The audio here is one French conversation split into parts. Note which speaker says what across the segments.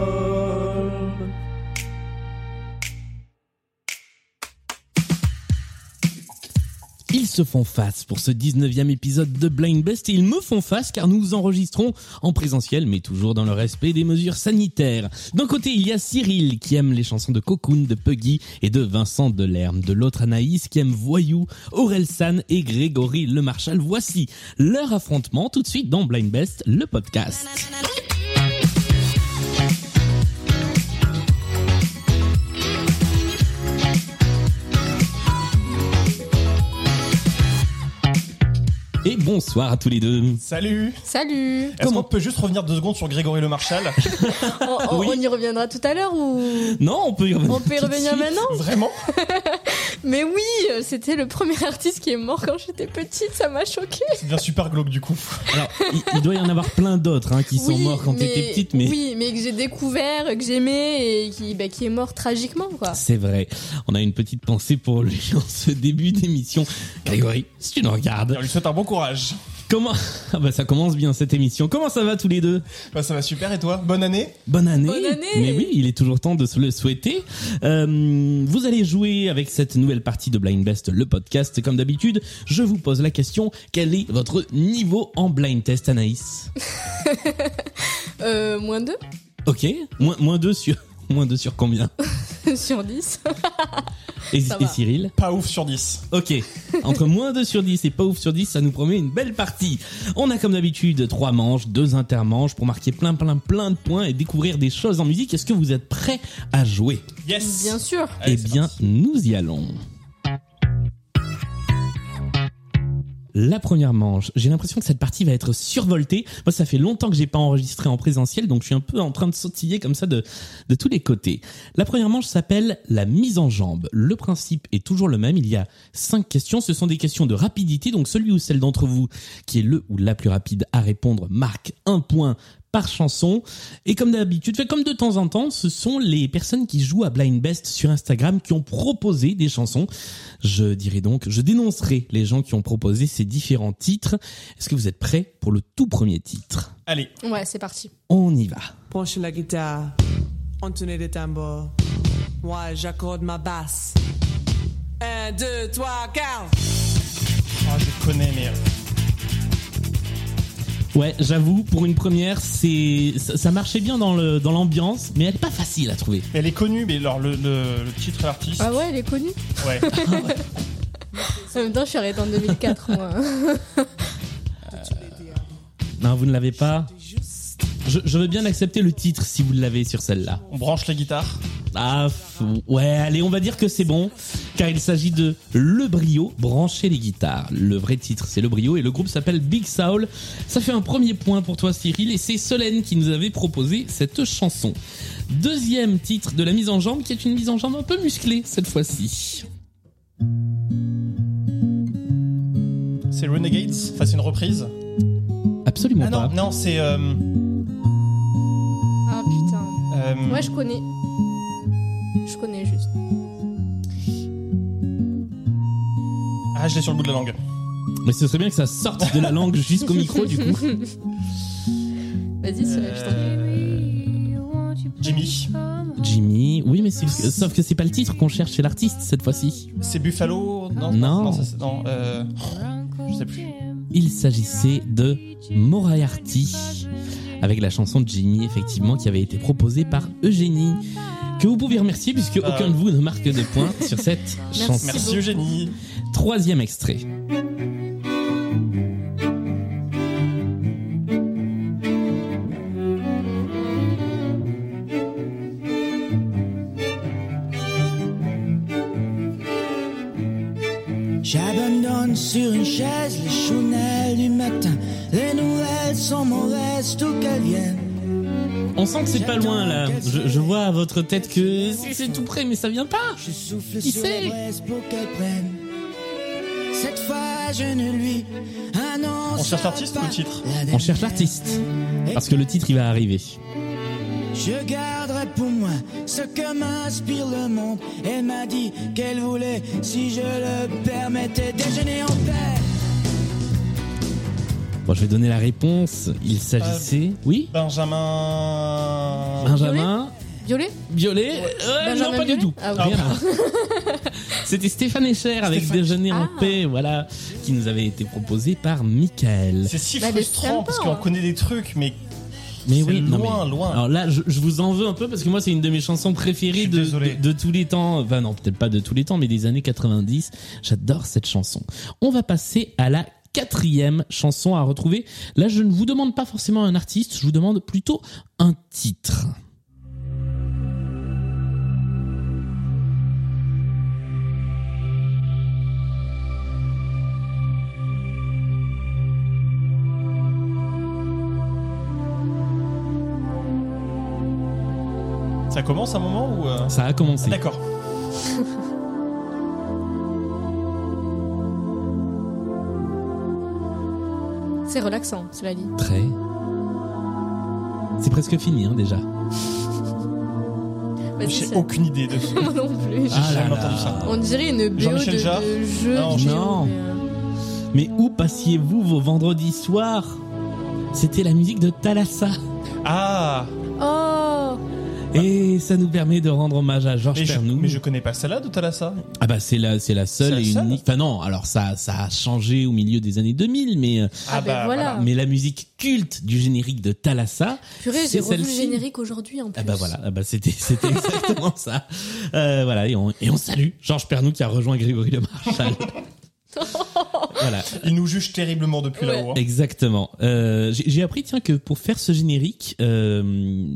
Speaker 1: Stockholm.
Speaker 2: Ils se font face pour ce 19e épisode de Blind Best et ils me font face car nous enregistrons en présentiel mais toujours dans le respect des mesures sanitaires. D'un côté, il y a Cyril qui aime les chansons de Cocoon, de Puggy et de Vincent Delerme. De l'autre, Anaïs qui aime Voyou, Aurel San et Grégory Le Marchal. Voici leur affrontement tout de suite dans Blind Best, le podcast. Et bonsoir à tous les deux.
Speaker 3: Salut
Speaker 4: Salut
Speaker 3: Est-ce qu'on peut juste revenir deux secondes sur Grégory Le Marchal
Speaker 4: on, on- on y reviendra tout à l'heure ou
Speaker 2: Non, on peut y revenir.
Speaker 4: on peut y
Speaker 2: tout de
Speaker 4: revenir
Speaker 2: suite.
Speaker 4: maintenant
Speaker 3: Vraiment
Speaker 4: Mais oui, euh, c'était le premier artiste qui est mort quand j'étais petite, ça m'a choquée.
Speaker 3: Ça devient super glauque du coup.
Speaker 2: Alors, il, il doit y en avoir plein d'autres hein, qui sont
Speaker 4: Oui,
Speaker 2: morts quand
Speaker 4: mais-
Speaker 2: t'étais petite, mais
Speaker 4: Oui, mais que j'ai découvert, que j'aimais et qui, bah, qui est mort tragiquement, quoi.
Speaker 2: c'est vrai. On a une petite pensée pour lui en ce début d'émission. Grégory, si tu nous regardes,
Speaker 3: On lui souhaite un bon courage.
Speaker 2: comment Ah bah ça commence bien cette émission. Comment ça va tous les deux
Speaker 3: Bah, ça va super et toi Bonne année
Speaker 2: Bonne année.
Speaker 4: Bonne année
Speaker 2: Mais oui, il est toujours temps de se le souhaiter. Euh, vous allez jouer avec cette nouvelle partie de Blind Best, le podcast. Comme d'habitude, je vous pose la question quel est votre niveau en blind test, Anaïs
Speaker 4: Euh, moins 2
Speaker 2: Ok, moins moins deux sur moins deux sur combien
Speaker 4: sur 10.
Speaker 2: et,
Speaker 4: Ça
Speaker 2: et
Speaker 4: va.
Speaker 2: Cyril
Speaker 3: Pas ouf sur 10.
Speaker 2: Ok, entre moins 2 sur 10 et pas ouf sur 10, ça nous promet une belle partie. On a comme d'habitude trois manches, deux intermanches pour marquer plein plein plein de points et découvrir des choses en musique. Est-ce que vous êtes prêts à jouer
Speaker 3: Yes
Speaker 4: Bien sûr.
Speaker 3: Allez,
Speaker 2: Eh
Speaker 3: c'est
Speaker 2: bien,
Speaker 3: parti.
Speaker 2: nous y allons. La première manche, j'ai l'impression que cette partie va être survoltée. Moi, ça fait longtemps que j'ai pas enregistré en présentiel, donc je suis un peu en train de sautiller comme ça de, de tous les côtés. La première manche s'appelle la mise en jambe. Le principe est toujours le même. Il y a cinq questions. Ce sont des questions de rapidité. Donc, celui ou celle d'entre vous qui est le ou la plus rapide à répondre marque un point par chanson. Et comme d'habitude, fait comme de temps en temps, ce sont les personnes qui jouent à Blind Best sur Instagram qui ont proposé des chansons. Je dirais donc, je dénoncerai les gens qui ont proposé ces différents titres. Est-ce que vous êtes prêts pour le tout premier titre
Speaker 3: Allez,
Speaker 4: Ouais, c'est parti.
Speaker 2: On y va.
Speaker 5: Penche la guitare, on tournait les tambours. Moi, j'accorde ma basse. Un, deux, trois, quatre.
Speaker 3: Ah, je connais mais...
Speaker 2: Ouais, j'avoue, pour une première, c'est ça, ça marchait bien dans le dans l'ambiance, mais elle est pas facile à trouver.
Speaker 3: Elle est connue mais alors le, le- le titre l'artiste...
Speaker 4: Ah ouais, elle est connue.
Speaker 3: Ouais.
Speaker 4: En même temps, je suis arrêtée en 2004, moi.
Speaker 2: Non, vous ne l'avez pas. Je, je veux bien accepter le titre si vous l'avez sur celle-là.
Speaker 3: On branche les guitares.
Speaker 2: Ah, f- ouais, allez, on va dire que c'est bon, car il s'agit de Le Brio, brancher les guitares. Le vrai titre, c'est Le Brio, et le groupe s'appelle Big Soul. Ça fait un premier point pour toi, Cyril, et c'est Solène qui nous avait proposé cette chanson. Deuxième titre de la mise en jambe, qui est une mise en jambe un peu musclée cette fois-ci.
Speaker 3: C'est Renegades Enfin c'est une reprise
Speaker 2: Absolument
Speaker 3: Ah non,
Speaker 2: pas.
Speaker 3: non c'est... euh,
Speaker 4: Ah putain.
Speaker 3: euh,
Speaker 4: Moi, je connais. Je connais juste.
Speaker 3: Ah je l'ai sur le bout de la langue.
Speaker 2: Mais ce serait bien que ça sorte de la langue jusqu'au micro, du coup.
Speaker 4: Vas-y,
Speaker 2: Euh.
Speaker 4: Solène, je t'en prie.
Speaker 3: Euh, Jimmy.
Speaker 2: Jimmy, oui, mais c'est- sauf que c'est pas le titre qu'on cherche chez l'artiste cette fois-ci.
Speaker 3: C'est Buffalo Non.
Speaker 2: Non.
Speaker 3: Non, ça, c'est- non, euh, je sais plus.
Speaker 2: Il s'agissait de Moriarty, avec la chanson de Jimmy, effectivement, qui avait été proposée par Eugénie, que vous pouvez remercier puisque
Speaker 3: Ah.
Speaker 2: aucun de vous ne marque de points sur cette chanson.
Speaker 3: Merci
Speaker 4: beaucoup.
Speaker 3: Eugénie.
Speaker 2: Troisième extrait.
Speaker 6: J'abandonne sur une chaise les chounelles du matin. Les nouvelles sont mauvaises, tout qu'elles viennent.
Speaker 2: On sent que c'est pas loin là. Je, je vois à votre tête que c'est c'est tout près, mais ça vient pas.
Speaker 6: Je souffle
Speaker 2: Il
Speaker 6: sur
Speaker 2: sait.
Speaker 6: les braises pour qu'elles prennent. Cette fois, je ne lui annonce.
Speaker 3: On cherche l'artiste ou le titre
Speaker 2: On cherche l'artiste parce que le titre il va arriver.
Speaker 6: Je garderai pour moi ce que m'inspire le monde. Elle m'a dit qu'elle voulait, si je le permettais, déjeuner en paix.
Speaker 2: Bon, je vais donner la réponse. Il s'agissait. Oui
Speaker 3: Benjamin.
Speaker 2: Benjamin
Speaker 4: Violet
Speaker 2: Violet Euh,
Speaker 4: Benjamin
Speaker 2: Non, pas
Speaker 4: Violet
Speaker 2: du tout.
Speaker 4: Ah,
Speaker 2: Rien
Speaker 4: oui.
Speaker 2: à voir. C'était Stéphane Echer avec
Speaker 3: Stéphane.
Speaker 2: Déjeuner en
Speaker 4: Ah.
Speaker 2: paix, voilà, qui nous avait été proposé par Michael.
Speaker 3: C'est si
Speaker 4: Bah, elle est
Speaker 3: frustrant
Speaker 4: sympa,
Speaker 3: parce qu'on
Speaker 4: hein.
Speaker 3: connaît des trucs, mais
Speaker 2: Mais
Speaker 3: C'est
Speaker 2: oui, non,
Speaker 3: loin,
Speaker 2: mais-
Speaker 3: loin.
Speaker 2: Alors là, je, je vous en veux un peu parce que moi, c'est une de mes chansons
Speaker 3: Je
Speaker 2: préférées
Speaker 3: suis
Speaker 2: de,
Speaker 3: désolé.
Speaker 2: de- de tous les temps. Enfin, non, peut-être pas de tous les temps, mais des années 90. J'adore cette chanson. On va passer à la quatrième chanson à retrouver. Là, je ne vous demande pas forcément un artiste, je vous demande plutôt un titre.
Speaker 3: ça commence à un moment où. euh,
Speaker 2: Ça a
Speaker 3: ah,
Speaker 2: commencé.
Speaker 3: D'accord.
Speaker 4: C'est relaxant, cela dit.
Speaker 2: Très. C'est presque fini, hein, déjà.
Speaker 4: Vas-y,
Speaker 3: J'ai
Speaker 4: ça-
Speaker 3: aucune idée de ce
Speaker 4: Moi non plus.
Speaker 3: J'ai
Speaker 2: Ah là
Speaker 3: jamais
Speaker 2: là.
Speaker 3: entendu ça.
Speaker 4: On dirait une BO de,
Speaker 3: Jean-Michel Jarre
Speaker 4: de jeu.
Speaker 3: Non.
Speaker 4: de jeu,
Speaker 2: Non.
Speaker 4: mais, euh,
Speaker 2: Mais où passiez-vous vos vendredis soirs C'était la musique de Thalassa.
Speaker 3: Ah
Speaker 4: Oh
Speaker 2: Et ça nous permet de rendre hommage à Georges
Speaker 3: mais je,
Speaker 2: Pernou.
Speaker 3: mais je connais pas celle-là de Thalassa.
Speaker 2: Ah bah c'est la c'est la seule
Speaker 3: C'est la
Speaker 2: et
Speaker 3: seule
Speaker 2: unique. Enfin non, alors ça ça a changé au milieu des années 2000 mais euh,
Speaker 4: Ah, ben
Speaker 3: bah,
Speaker 4: voilà.
Speaker 2: mais la musique culte du générique de Thalassa.
Speaker 4: Purée,
Speaker 2: C'est
Speaker 4: j'ai revu le
Speaker 2: celle-ci.
Speaker 4: générique aujourd'hui en plus.
Speaker 2: Ah bah voilà, ah bah c'était c'était exactement ça. Euh, voilà et on et on salue Georges Pernou qui a rejoint Grégory Le Marchal. voilà,
Speaker 3: Il nous juge terriblement depuis
Speaker 4: Ouais.
Speaker 3: là-haut. hein.
Speaker 2: exactement. Euh, j'ai j'ai appris tiens que pour faire ce générique, euh,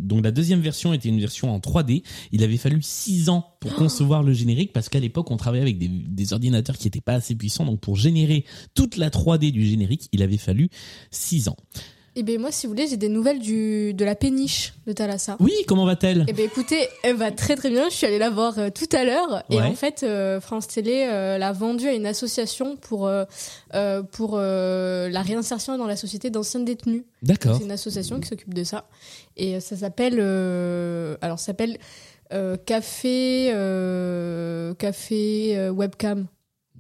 Speaker 2: donc la deuxième version était une version en 3D. Il avait fallu 6 ans
Speaker 4: Oh.
Speaker 2: pour concevoir le générique parce qu'à l'époque on travaillait avec des, des ordinateurs qui n'étaient pas assez puissants. Donc pour générer toute la 3D du générique, il avait fallu 6 ans.
Speaker 4: Et ben moi, si vous voulez, j'ai des nouvelles du, de la péniche de Thalassa.
Speaker 2: Oui, comment va-t-elle
Speaker 4: Eh ben écoutez, elle va très très bien. Je suis allée la voir euh, tout à l'heure et
Speaker 2: Ouais.
Speaker 4: en fait, euh, France Télé euh, l'a vendue à une association pour euh, euh, pour euh, la réinsertion dans la société d'anciens détenus.
Speaker 2: D'accord.
Speaker 4: C'est une association qui s'occupe de ça et euh, ça s'appelle euh, alors ça s'appelle euh, café euh, café euh, webcam.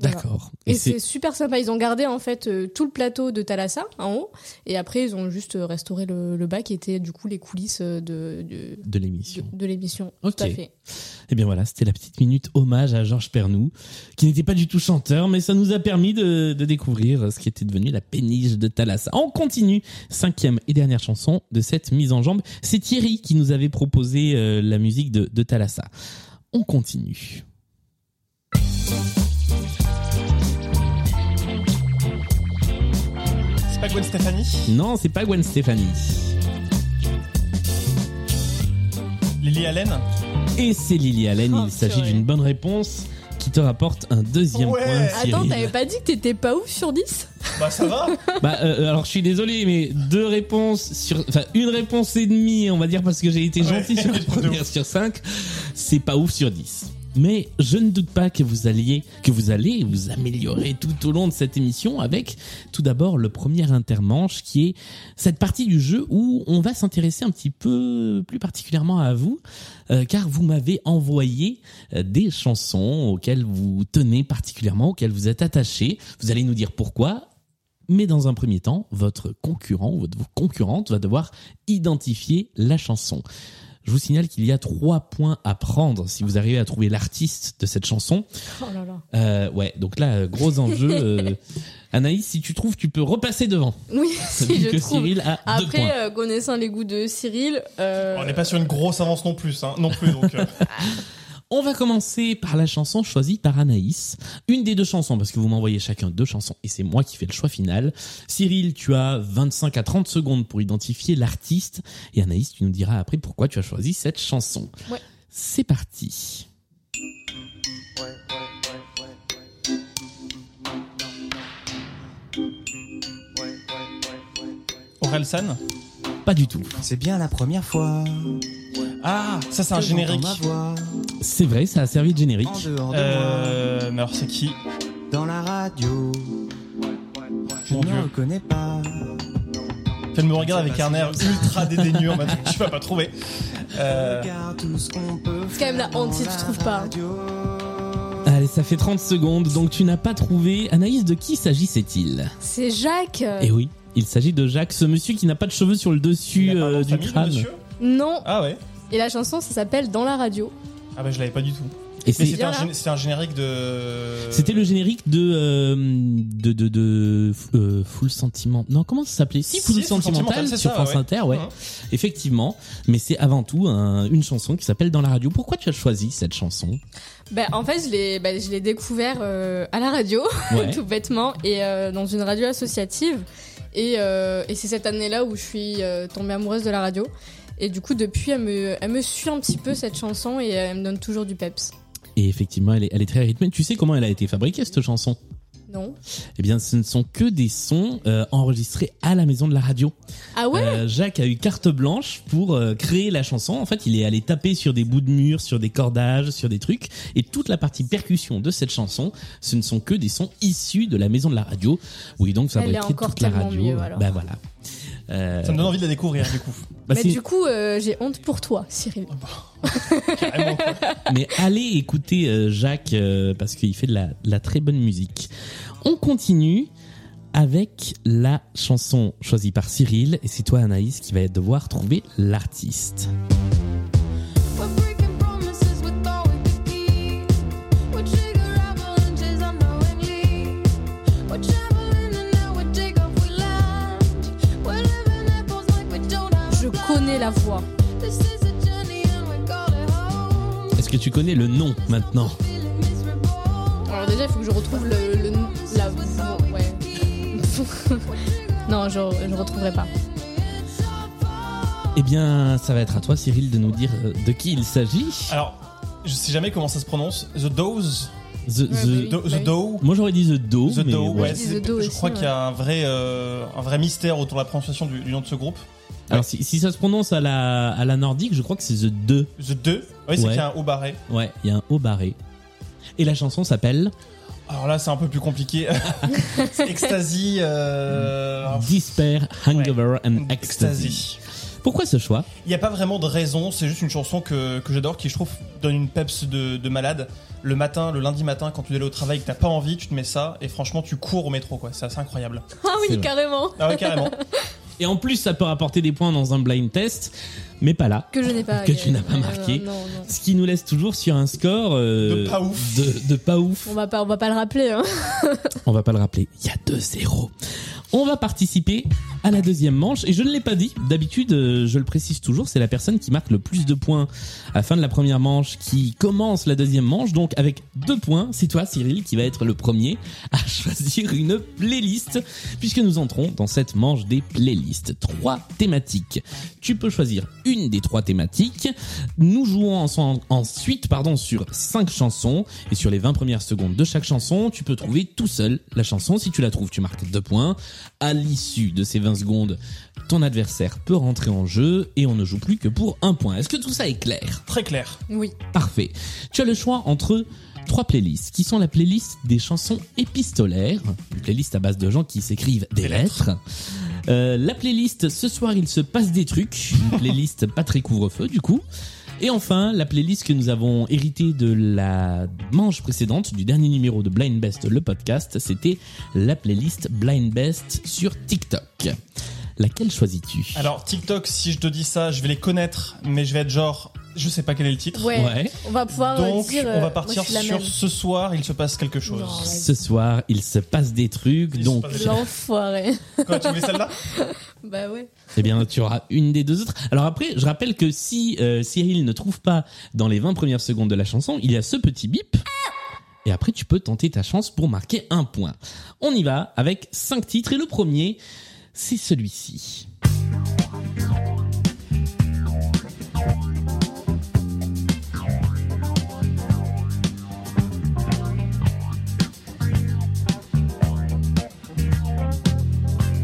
Speaker 4: Voilà.
Speaker 2: D'accord.
Speaker 4: Et, c'est super sympa. Ils ont gardé en fait euh, tout le plateau de Thalassa en haut et après ils ont juste euh, restauré le, le bas qui était du coup les coulisses euh, de, de,
Speaker 2: de
Speaker 4: de,
Speaker 2: l'émission.
Speaker 4: de l'émission.
Speaker 2: Ok.
Speaker 4: Tout à fait.
Speaker 2: Eh bien voilà, c'était la petite minute hommage à Georges Pernou, qui n'était pas du tout chanteur, mais ça nous a permis de, de découvrir ce qui était devenu la péniche de Thalassa. On continue, cinquième et dernière chanson de cette mise en jambe. C'est Thierry qui nous avait proposé euh, la musique de, de Thalassa. On continue.
Speaker 3: C'est pas Gwen Stefani
Speaker 2: Non, c'est pas Gwen Stefani.
Speaker 3: Lily Allen
Speaker 2: Et c'est Lily Allen,
Speaker 4: Oh,
Speaker 2: il s'agit
Speaker 4: purée.
Speaker 2: d'une bonne réponse qui te rapporte un deuxième
Speaker 3: Ouais.
Speaker 2: point. Thierry.
Speaker 4: Attends, t'avais pas dit que t'étais pas ouf sur 10
Speaker 3: Bah ça va
Speaker 2: Bah, euh, alors je suis désolé, mais deux réponses sur, enfin une réponse et demie, on va dire parce que j'ai été
Speaker 3: Ouais,
Speaker 2: gentil sur la
Speaker 3: de
Speaker 2: première sur cinq, c'est pas ouf sur dix. Mais je ne doute pas que vous alliez, que vous allez vous améliorer tout au long de cette émission avec tout d'abord le premier intermanche qui est cette partie du jeu où on va s'intéresser un petit peu plus particulièrement à vous, euh, car vous m'avez envoyé euh, des chansons auxquelles vous tenez particulièrement, auxquelles vous êtes attaché. Vous allez nous dire pourquoi mais dans un premier temps, votre concurrent ou votre concurrente va devoir identifier la chanson. Je vous signale qu'il y a trois points à prendre si vous arrivez à trouver l'artiste de cette chanson.
Speaker 4: Oh là là.
Speaker 2: Euh, ouais, donc là, euh, gros enjeu. euh, Anaïs, si tu trouves, tu peux repasser devant.
Speaker 4: Oui, si
Speaker 2: Vu
Speaker 4: je
Speaker 2: que
Speaker 4: trouve.
Speaker 2: Cyril a deux
Speaker 4: Après,
Speaker 2: points.
Speaker 4: euh, connaissant les goûts de Cyril, euh,
Speaker 3: On n'est pas sur une grosse avance non plus, hein. non plus donc. euh,
Speaker 2: On va commencer par la chanson choisie par Anaïs. Une des deux chansons, parce que vous m'envoyez chacun deux chansons et c'est moi qui fais le choix final. Cyril, tu as 25 à 30 secondes pour identifier l'artiste. Et Anaïs, tu nous diras après pourquoi tu as choisi cette chanson.
Speaker 4: Ouais.
Speaker 2: C'est parti.
Speaker 3: Aurel San
Speaker 2: Pas du tout.
Speaker 6: C'est bien la première fois.
Speaker 3: Ah, ça c'est un
Speaker 6: que j'entends
Speaker 3: générique.
Speaker 6: ma voix
Speaker 2: C'est vrai, ça a servi de
Speaker 6: En
Speaker 2: générique.
Speaker 6: dehors de
Speaker 3: Euh, mais alors c'est qui
Speaker 6: moi, dans la radio. Je
Speaker 3: Mon Dieu.
Speaker 6: ne reconnais pas.
Speaker 3: Elle me regarde avec un air ultra dédaigneux en mode tu vas pas trouver. Euh,
Speaker 6: Regarde tout ce qu'on peut
Speaker 4: C'est quand même la
Speaker 6: faire dans
Speaker 4: honte si tu trouves pas.
Speaker 6: radio.
Speaker 2: Allez, ça
Speaker 3: Euh.
Speaker 2: fait 30 secondes, donc tu n'as pas trouvé. Anaïs, de qui s'agissait-il
Speaker 4: c'est Jacques.
Speaker 2: Eh oui, Il s'agit de Jacques, ce monsieur qui n'a pas de cheveux sur le
Speaker 3: Il
Speaker 2: dessus
Speaker 3: a pas
Speaker 2: euh,
Speaker 3: un nom de
Speaker 2: du
Speaker 3: famille, le
Speaker 2: crâne.
Speaker 3: monsieur
Speaker 4: Non.
Speaker 3: Ah ouais
Speaker 4: Et la chanson, ça s'appelle Dans la radio.
Speaker 3: Ah bah je l'avais pas du tout.
Speaker 2: Et
Speaker 3: Mais
Speaker 2: c'est- hein.
Speaker 3: c'était un,
Speaker 4: Voilà.
Speaker 3: gé- c'était un générique de.
Speaker 2: c'était le générique de euh, de de, de euh, Full Sentiment. Non, comment ça s'appelait
Speaker 3: Si,
Speaker 2: Si Full
Speaker 3: Full
Speaker 2: Sentimental
Speaker 3: Sentimental, c'est
Speaker 2: sur
Speaker 3: ça,
Speaker 2: France
Speaker 3: ouais.
Speaker 2: Inter, ouais.
Speaker 3: Mhm.
Speaker 2: Effectivement, mais c'est avant tout un- une chanson qui s'appelle Dans la radio. Pourquoi tu as choisi cette chanson
Speaker 4: Bah, en fait, je l'ai bah, je l'ai découvert euh, à la radio,
Speaker 2: Ouais.
Speaker 4: tout bêtement, et euh, dans une radio associative. Et, euh, et c'est cette année-là où je suis euh, tombée amoureuse de la radio. Et du coup, depuis, elle me, elle me suit un petit peu cette chanson et euh, elle me donne toujours du peps.
Speaker 2: Et effectivement, elle est, elle est très rythmée. Tu sais comment elle a été fabriquée cette chanson
Speaker 4: Non
Speaker 2: Eh bien, ce ne sont que des sons euh, enregistrés à la maison de la radio.
Speaker 4: Ah ouais
Speaker 2: Euh, Jacques a eu carte blanche pour euh, créer la chanson. En fait, il est allé taper sur des bouts de mur, sur des cordages, sur des trucs. Et toute la partie percussion de cette chanson, ce ne sont que des sons issus de la maison de la radio. Oui, donc ça
Speaker 4: Elle
Speaker 2: fabriquait
Speaker 4: est encore
Speaker 2: toute la
Speaker 4: tellement
Speaker 2: radio.
Speaker 4: mieux, alors.
Speaker 2: Bah voilà. Euh,
Speaker 3: Ça me donne envie de la découvrir du coup.
Speaker 2: bah,
Speaker 4: Mais
Speaker 2: c'est-
Speaker 4: du coup, euh, j'ai honte pour toi, Cyril.
Speaker 3: Carrément. quoi.
Speaker 2: Mais allez écouter euh, Jacques euh, parce qu'il fait de la, de la très bonne musique. On continue avec la chanson choisie par Cyril et c'est toi Anaïs qui va devoir trouver l'artiste.
Speaker 1: We're breaking promises with all we could keep. We're trigger avalanches unknowingly. We're traveling and now we dig off we land. We're living apples like we don't have
Speaker 4: Je
Speaker 1: a plan.
Speaker 4: connais la voix.
Speaker 1: This is a journey and we call it home.
Speaker 2: Est-ce que tu connais le nom maintenant
Speaker 1: Feeling miserable.
Speaker 4: Alors déjà, il faut que je retrouve le, le- la voix. Ouais. non, je ne retrouverai pas.
Speaker 2: Eh bien, ça va être à toi Cyril de nous dire euh, de qui il s'agit.
Speaker 3: Alors, je sais jamais comment ça se prononce. The Doze
Speaker 2: The-
Speaker 4: Ouais,
Speaker 2: the-
Speaker 4: oui.
Speaker 3: Do-
Speaker 4: bah
Speaker 3: The Doe
Speaker 2: Moi j'aurais dit The Do,
Speaker 3: The
Speaker 2: mais
Speaker 3: Doe,
Speaker 2: ouais.
Speaker 3: ouais.
Speaker 4: Je dis
Speaker 3: c'est-
Speaker 4: The Doe
Speaker 3: je crois
Speaker 4: aussi,
Speaker 3: qu'il y a un vrai, euh, un vrai mystère autour de la prononciation du, du nom de ce groupe.
Speaker 2: Alors si, si ça se prononce à la, à la nordique, je crois que c'est The Do.
Speaker 3: The 2, oui, c'est
Speaker 2: Ouais.
Speaker 3: qu'il y a un haut barré.
Speaker 2: Ouais, il y a un haut barré. Et la chanson s'appelle
Speaker 3: Alors là, c'est un peu plus compliqué. C'est Ecstasy. euh,
Speaker 2: Despair, Hangover and Ecstasy.
Speaker 3: Ecstasy.
Speaker 2: Pourquoi ce choix
Speaker 3: Il n'y a pas vraiment de raison, c'est juste une chanson que, que j'adore qui, je trouve, donne une peps de, de malade. Le matin, le lundi matin, quand tu dois aller au travail et que t'as pas envie, tu te mets ça et franchement, tu cours au métro, quoi. C'est assez incroyable.
Speaker 4: Ah
Speaker 2: C'est
Speaker 4: oui,
Speaker 2: vrai.
Speaker 4: carrément.
Speaker 3: Ah ouais, carrément.
Speaker 2: Et en plus, ça peut rapporter des points dans un blind test, mais pas là.
Speaker 4: Que je n'ai pas.
Speaker 2: Que tu n'as pas
Speaker 4: Euh,
Speaker 2: marqué.
Speaker 4: Non, non.
Speaker 2: Ce qui nous laisse toujours sur un score euh,
Speaker 3: De pas ouf.
Speaker 2: De, de pas ouf.
Speaker 4: On va pas, on va pas le rappeler. Hein.
Speaker 2: On va pas le rappeler. Il y a 2-0. On va participer à la deuxième manche. Et je ne l'ai pas dit. D'habitude, euh, je le précise toujours, c'est la personne qui marque le plus de points à la fin de la première manche qui commence la deuxième manche. Donc, avec deux points, c'est toi, Cyril, qui va être le premier à choisir une playlist puisque nous entrons dans cette manche des playlists. Trois thématiques. Tu peux choisir une des trois thématiques. Nous jouons ensemble- ensuite pardon, sur cinq chansons et sur les 20 premières secondes de chaque chanson, tu peux trouver tout seul la chanson. Si tu la trouves, tu marques deux points. À l'issue de ces 20 secondes, ton adversaire peut rentrer en jeu et on ne joue plus que pour un point. Est-ce que tout ça est clair
Speaker 3: Très clair.
Speaker 4: Oui.
Speaker 2: Parfait. Tu as le choix entre trois playlists, qui sont la playlist des chansons épistolaires, une playlist à base de gens qui s'écrivent des
Speaker 3: Des lettres.
Speaker 2: lettres. Euh, la playlist Ce soir il se passe des trucs, une playlist pas très couvre-feu du coup. Et enfin, la playlist que nous avons héritée de la manche précédente, du dernier numéro de Blind Best, le podcast, c'était la playlist Blind Best sur TikTok. Laquelle choisis-tu
Speaker 3: Alors, TikTok, si je te dis ça, je vais les connaître, mais je vais être genre, je sais pas quel est le titre.
Speaker 4: Ouais.
Speaker 2: Ouais.
Speaker 4: On va pouvoir euh,
Speaker 3: Donc,
Speaker 4: dire. euh,
Speaker 3: on va
Speaker 4: moi,
Speaker 3: partir
Speaker 4: je suis la
Speaker 3: sur
Speaker 4: même.
Speaker 3: ce soir, il se passe quelque
Speaker 4: Non,
Speaker 3: chose.
Speaker 2: Ce soir, il se passe des trucs,
Speaker 3: Il se
Speaker 2: donc
Speaker 3: passe des-
Speaker 4: L'enfoiré.
Speaker 3: Quoi, tu voulais celle-là
Speaker 4: bah ouais.
Speaker 2: Eh bien, tu auras une des deux autres. Alors après, je rappelle que si euh, Cyril ne trouve pas dans les 20 premières secondes de la chanson, il y a ce petit bip. Et après, tu peux tenter ta chance pour marquer un point. On y va avec cinq titres. Et le premier, c'est celui-ci.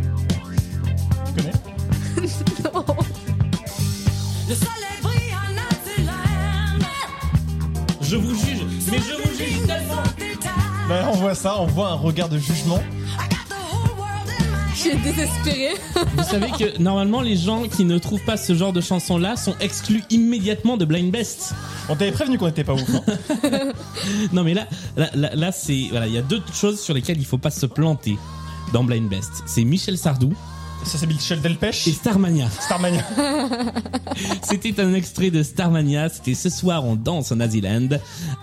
Speaker 3: Tu connais
Speaker 1: Le soleil brille en Notre-Dame.
Speaker 2: Je vous juge, mais je vous juge tellement.
Speaker 3: Bah, On voit ça, on voit un regard de jugement.
Speaker 1: I got the whole world in my
Speaker 4: J'ai désespéré.
Speaker 2: Vous savez que normalement, les gens qui ne trouvent pas ce genre de chanson-là sont exclus immédiatement de Blind Best.
Speaker 3: On t'avait prévenu qu'on était pas ouf. hein.
Speaker 2: Non mais là, là, là, là, c'est voilà, il y a deux choses sur lesquelles il faut pas se planter dans Blind Best. C'est Michel Sardou
Speaker 3: Ça, c'est Michel Delpech.
Speaker 2: Et Starmania.
Speaker 3: Starmania.
Speaker 2: C'était un extrait de Starmania. C'était ce soir on danse en Asyland,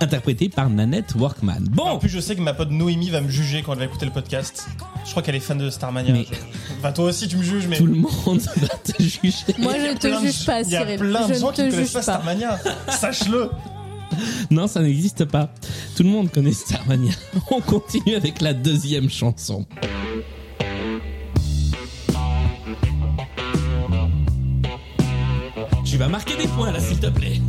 Speaker 2: interprété par Nanette Workman.
Speaker 3: En
Speaker 2: Bon,
Speaker 3: plus, je sais que ma pote Noémie va me juger quand elle va écouter le podcast. Je crois qu'elle est fan de Starmania.
Speaker 2: Mais-
Speaker 3: Je- Bah, toi aussi, tu me juges, mais.
Speaker 2: tout le monde va te juger.
Speaker 4: Moi,
Speaker 3: Il y a
Speaker 4: je te
Speaker 3: plein de-
Speaker 4: juge pas,
Speaker 3: Il y a
Speaker 4: Cyril.
Speaker 3: plein de
Speaker 4: Je
Speaker 3: gens
Speaker 4: ne
Speaker 3: qui
Speaker 4: te
Speaker 3: ne connaissent
Speaker 4: juge
Speaker 3: pas
Speaker 4: pas.
Speaker 3: Starmania. Sache-le.
Speaker 2: Non, ça n'existe pas. Tout le monde connaît Starmania. On continue avec la deuxième chanson. Tu vas marquer des points là, s'il te plaît.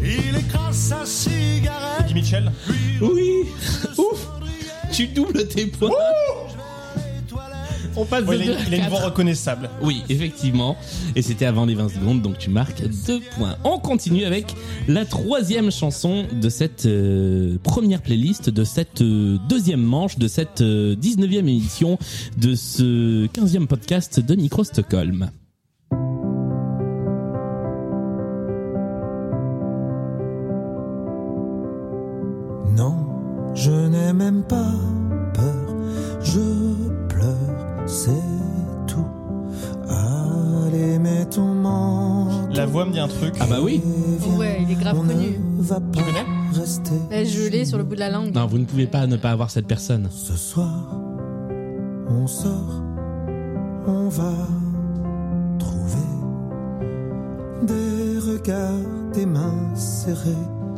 Speaker 7: Il écrase sa cigarette.
Speaker 3: Dit Michel.
Speaker 2: Oui. Ouf. Tu doubles tes points. On passe de
Speaker 3: Oh, il,
Speaker 2: deux
Speaker 3: a,
Speaker 2: à
Speaker 3: il a une
Speaker 2: quatre.
Speaker 3: voix reconnaissable.
Speaker 2: Oui, effectivement. Et c'était avant les 20 secondes, donc tu marques deux points. On continue avec la troisième chanson de cette euh, première playlist, de cette euh, deuxième manche, de cette euh, 19e émission, de ce 15e podcast de Micro Stockholm.
Speaker 7: Non, je n'ai même pas peur. Je pleure, c'est tout. Allez, mets ton manteau.
Speaker 3: La voix me dit un truc.
Speaker 2: Ah bah oui
Speaker 7: et viens.
Speaker 4: Ouais, il est grave
Speaker 7: On ne
Speaker 4: connu.
Speaker 7: va pas
Speaker 3: connais
Speaker 7: rester.
Speaker 4: Là, je l'ai sur le bout de la langue.
Speaker 2: Non, vous ne pouvez pas ne pas avoir cette personne.
Speaker 7: Ce soir, on sort, on va trouver des regards, des mains serrées.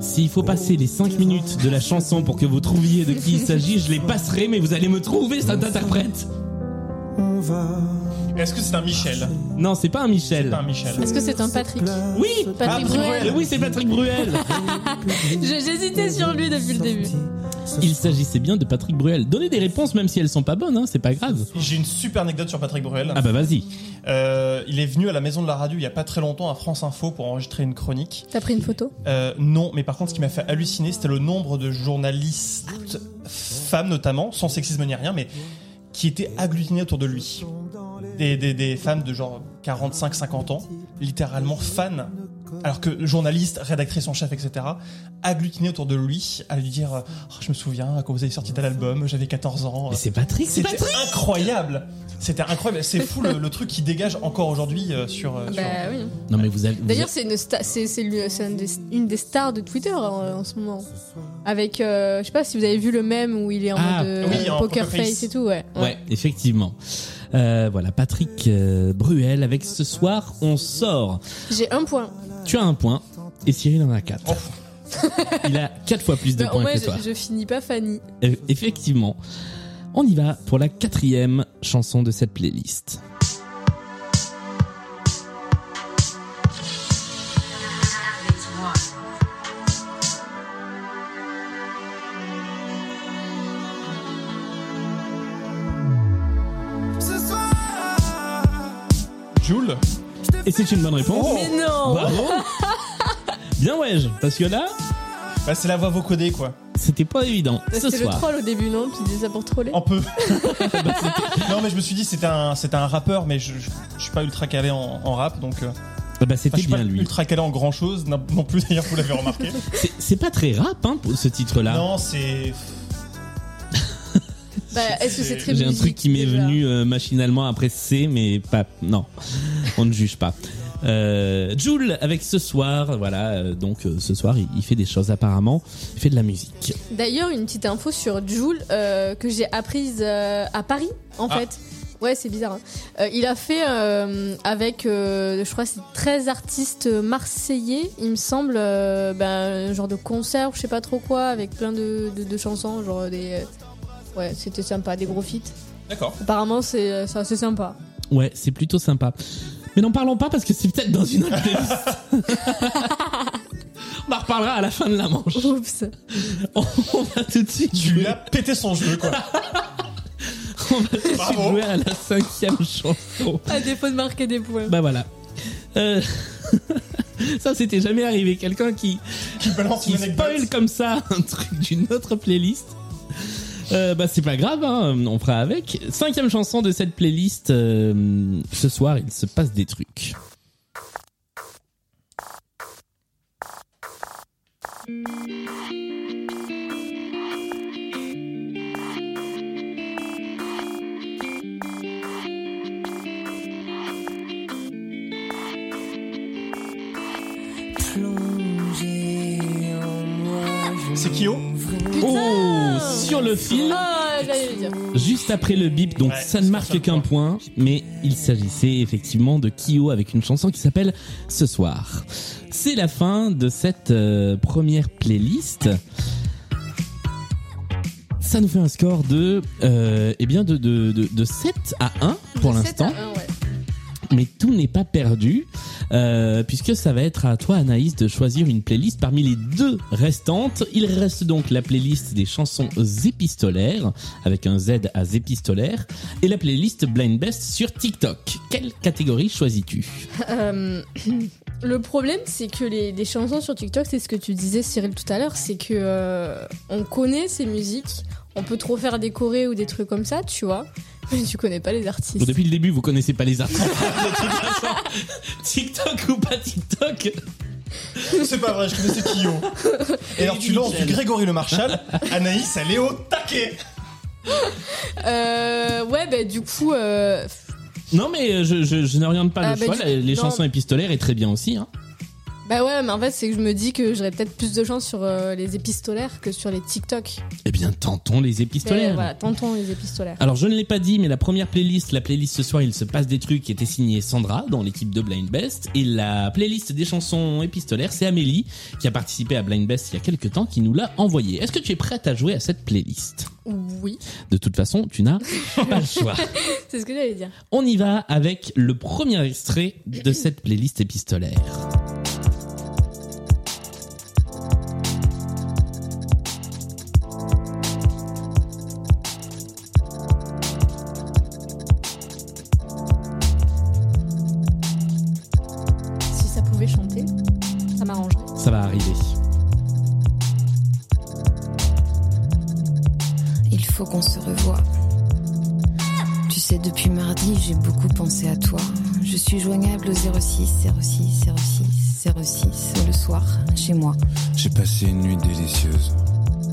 Speaker 2: S'il faut passer les 5 minutes de la chanson pour que vous trouviez de qui il s'agit, je les passerai, mais vous allez me trouver cet interprète
Speaker 7: On va.
Speaker 3: Est-ce que c'est un Michel
Speaker 2: Non, Ah, c'est pas un
Speaker 3: C'est
Speaker 2: Michel.
Speaker 3: pas un Michel.
Speaker 4: Est-ce que c'est un Patrick
Speaker 2: Oui
Speaker 3: Ah,
Speaker 4: Patrick Bruel.
Speaker 3: Bruel.
Speaker 2: Oui, c'est Patrick Bruel
Speaker 4: Je- J'hésitais sur lui depuis le début.
Speaker 2: Il s'agissait bien de Patrick Bruel. Donnez des réponses même si elles sont pas bonnes, hein, c'est pas grave.
Speaker 3: J'ai une super anecdote sur Patrick Bruel.
Speaker 2: Ah bah vas-y.
Speaker 3: Euh, il est venu à la maison de la radio il y a pas très longtemps à France Info pour enregistrer une chronique.
Speaker 4: T'as pris une photo
Speaker 3: Euh, non, mais par contre, ce qui m'a fait halluciner, c'était le nombre de journalistes, femmes notamment, sans sexisme ni rien, mais qui étaient agglutinées autour de lui. Des, des, des femmes de genre 45-50 ans, littéralement fans, alors que journalistes, rédactrices en chef, etc., agglutinées autour de lui, à lui dire euh, Oh, Je me souviens, quand vous avez sorti tel album, j'avais 14 ans.
Speaker 2: Mais c'est Patrick, c'est
Speaker 3: C'était
Speaker 2: Patrick
Speaker 3: incroyable! C'était incroyable! C'est fou le, le truc qui dégage encore aujourd'hui euh, sur. euh, sur-
Speaker 4: Bah oui.
Speaker 2: Non mais vous avez... vous
Speaker 4: D'ailleurs,
Speaker 2: avez-
Speaker 4: c'est une, sta- c'est- c'est lui- c'est une des- une des stars de Twitter euh, en ce moment. Avec, euh, je sais pas si vous avez vu le même où il est en
Speaker 2: Ah,
Speaker 4: mode euh,
Speaker 3: oui, en
Speaker 4: poker
Speaker 3: poker face.
Speaker 4: face et tout, ouais.
Speaker 2: Ouais, effectivement. Euh, voilà, Patrick euh, Bruel avec ce soir, on sort.
Speaker 4: J'ai un point.
Speaker 2: Tu as un point et Cyril en a quatre.
Speaker 3: Oh.
Speaker 2: Il a quatre fois plus de
Speaker 4: Bah, au
Speaker 2: points
Speaker 4: moins,
Speaker 2: que toi.
Speaker 4: je, je finis pas Fanny.
Speaker 2: Euh, Effectivement. On y va pour la quatrième chanson de cette playlist.
Speaker 7: Ce soir,
Speaker 3: Jules?
Speaker 2: Et c'est une bonne réponse.
Speaker 4: Mais non
Speaker 2: Bravo Bien ouais, parce que là,
Speaker 3: Bah, c'est la voix vocodée quoi.
Speaker 2: c'était pas évident.
Speaker 4: Bah,
Speaker 2: Ce
Speaker 4: C'était le
Speaker 2: soir.
Speaker 4: troll au début, non Tu disais ça pour troller
Speaker 3: Un peu. non, mais je me suis dit c'était un c'était un rappeur, mais je, je, je suis pas ultra calé en, en rap, donc euh, enfin,
Speaker 2: Ah bah,
Speaker 3: je
Speaker 2: c'était
Speaker 3: suis
Speaker 2: bien
Speaker 3: pas
Speaker 2: lui.
Speaker 3: ultra calé en grand chose non, non plus. D'ailleurs, vous l'avez remarqué.
Speaker 2: C'est- C'est pas très rap, hein, pour ce titre-là.
Speaker 3: Non, c'est
Speaker 4: Bah, Est-ce que c'est très
Speaker 2: J'ai un
Speaker 4: musique,
Speaker 2: truc qui m'est
Speaker 4: déjà
Speaker 2: venu euh, machinalement après C, mais pas. Non, on ne juge pas. Euh, Joule avec ce soir, voilà. euh, donc euh, ce soir, il, il fait des choses apparemment. Il fait de la musique.
Speaker 4: D'ailleurs, une petite info sur Jules que j'ai apprise euh, à Paris, en
Speaker 3: Ah.
Speaker 4: fait. Ouais, c'est bizarre. hein. Euh, il a fait euh, avec, euh, je crois, que c'est 13 artistes marseillais, il me semble, euh, ben, un genre de concert, ou je sais pas trop quoi, avec plein de, de- de chansons, genre des. euh, Ouais, c'était sympa, des gros feats.
Speaker 3: d'accord.
Speaker 4: Apparemment, c'est euh, c'est assez sympa.
Speaker 2: Ouais, c'est plutôt sympa. Mais n'en parlons pas parce que c'est peut-être dans une autre playlist. on en reparlera à la fin de la manche.
Speaker 4: Oups.
Speaker 2: On va tout de suite
Speaker 3: Tu lui
Speaker 2: jouer,
Speaker 3: as pété son jeu quoi.
Speaker 2: on va tout de suite
Speaker 3: Bravo.
Speaker 2: jouer à la cinquième chanson.
Speaker 4: À défaut de marquer des points.
Speaker 2: Bah voilà. Euh, ça, c'était jamais arrivé. Quelqu'un qui,
Speaker 3: Tu balances
Speaker 2: qui
Speaker 3: une anecdote.
Speaker 2: spoil comme ça un truc d'une autre playlist. Euh, bah c'est pas grave, hein, on fera avec. Cinquième chanson de cette playlist. euh, ce soir, il se passe des trucs.
Speaker 3: C'est Kyo
Speaker 2: Oh, sur le fil,
Speaker 4: Ah, j'allais le dire.
Speaker 2: juste après le bip, donc
Speaker 3: Ouais,
Speaker 2: ça ne
Speaker 3: c'est
Speaker 2: marque
Speaker 3: ça.
Speaker 2: qu'un point, mais il s'agissait effectivement de Kyo avec une chanson qui s'appelle Ce soir. C'est la fin de cette euh, première playlist. Ça nous fait un score de, euh, eh bien de, de, de, de 7 à 1 pour
Speaker 4: De sept à
Speaker 2: l'instant.
Speaker 4: un, ouais.
Speaker 2: Mais tout n'est pas perdu, euh, puisque ça va être à toi Anaïs de choisir une playlist parmi les deux restantes. Il reste donc la playlist des chansons épistolaires, avec un Z à épistolaire, et la playlist Blind Best sur TikTok. Quelle catégorie choisis-tu
Speaker 4: Euh, le problème, c'est que les, les chansons sur TikTok, c'est ce que tu disais, Cyril, tout à l'heure, c'est que euh, on connaît ces musiques, on peut trop faire des chorés ou des trucs comme ça, tu vois, mais tu connais pas les
Speaker 2: Bon,
Speaker 4: artistes.
Speaker 2: Depuis le début, vous connaissez pas les artistes. De toute façon, TikTok ou pas TikTok
Speaker 3: C'est pas vrai, je connaissais Kyo. Et alors tu lances du Grégory Le Marchal, Anaïs, elle est au taquet
Speaker 4: Euh, ouais, bah du coup, euh,
Speaker 2: Non, mais euh, je, je, je n'oriente pas
Speaker 4: Ah,
Speaker 2: le
Speaker 4: bah,
Speaker 2: choix.
Speaker 4: du-
Speaker 2: La- Les
Speaker 4: non.
Speaker 2: chansons épistolaires est très bien aussi. Hein.
Speaker 4: bah ouais, mais en fait, c'est que je me dis que j'aurais peut-être plus de chance sur euh, les épistolaires que sur les TikTok.
Speaker 2: Eh bien, tentons les
Speaker 4: Mais
Speaker 2: épistolaires.
Speaker 4: Voilà, tentons les épistolaires.
Speaker 2: Alors je ne l'ai pas dit, mais la première playlist, la playlist ce soir, il se passe des trucs qui était signée Sandra dans l'équipe de Blind Best. Et la playlist des chansons épistolaires, c'est Amélie qui a participé à Blind Best il y a quelques temps, qui nous l'a envoyée. Est-ce que tu es prête à jouer à cette playlist
Speaker 4: Oui,
Speaker 2: De toute façon, tu n'as pas le choix.
Speaker 4: c'est ce que j'allais dire.
Speaker 2: On y va avec le premier extrait de cette playlist épistolaire.
Speaker 4: Si ça pouvait chanter, ça m'arrangerait.
Speaker 2: Ça va arriver.
Speaker 8: Il faut qu'on se revoie. Tu sais, depuis mardi, j'ai beaucoup pensé à toi. Je suis joignable au 06 06 06 06 le soir, chez moi.
Speaker 9: J'ai passé une nuit délicieuse.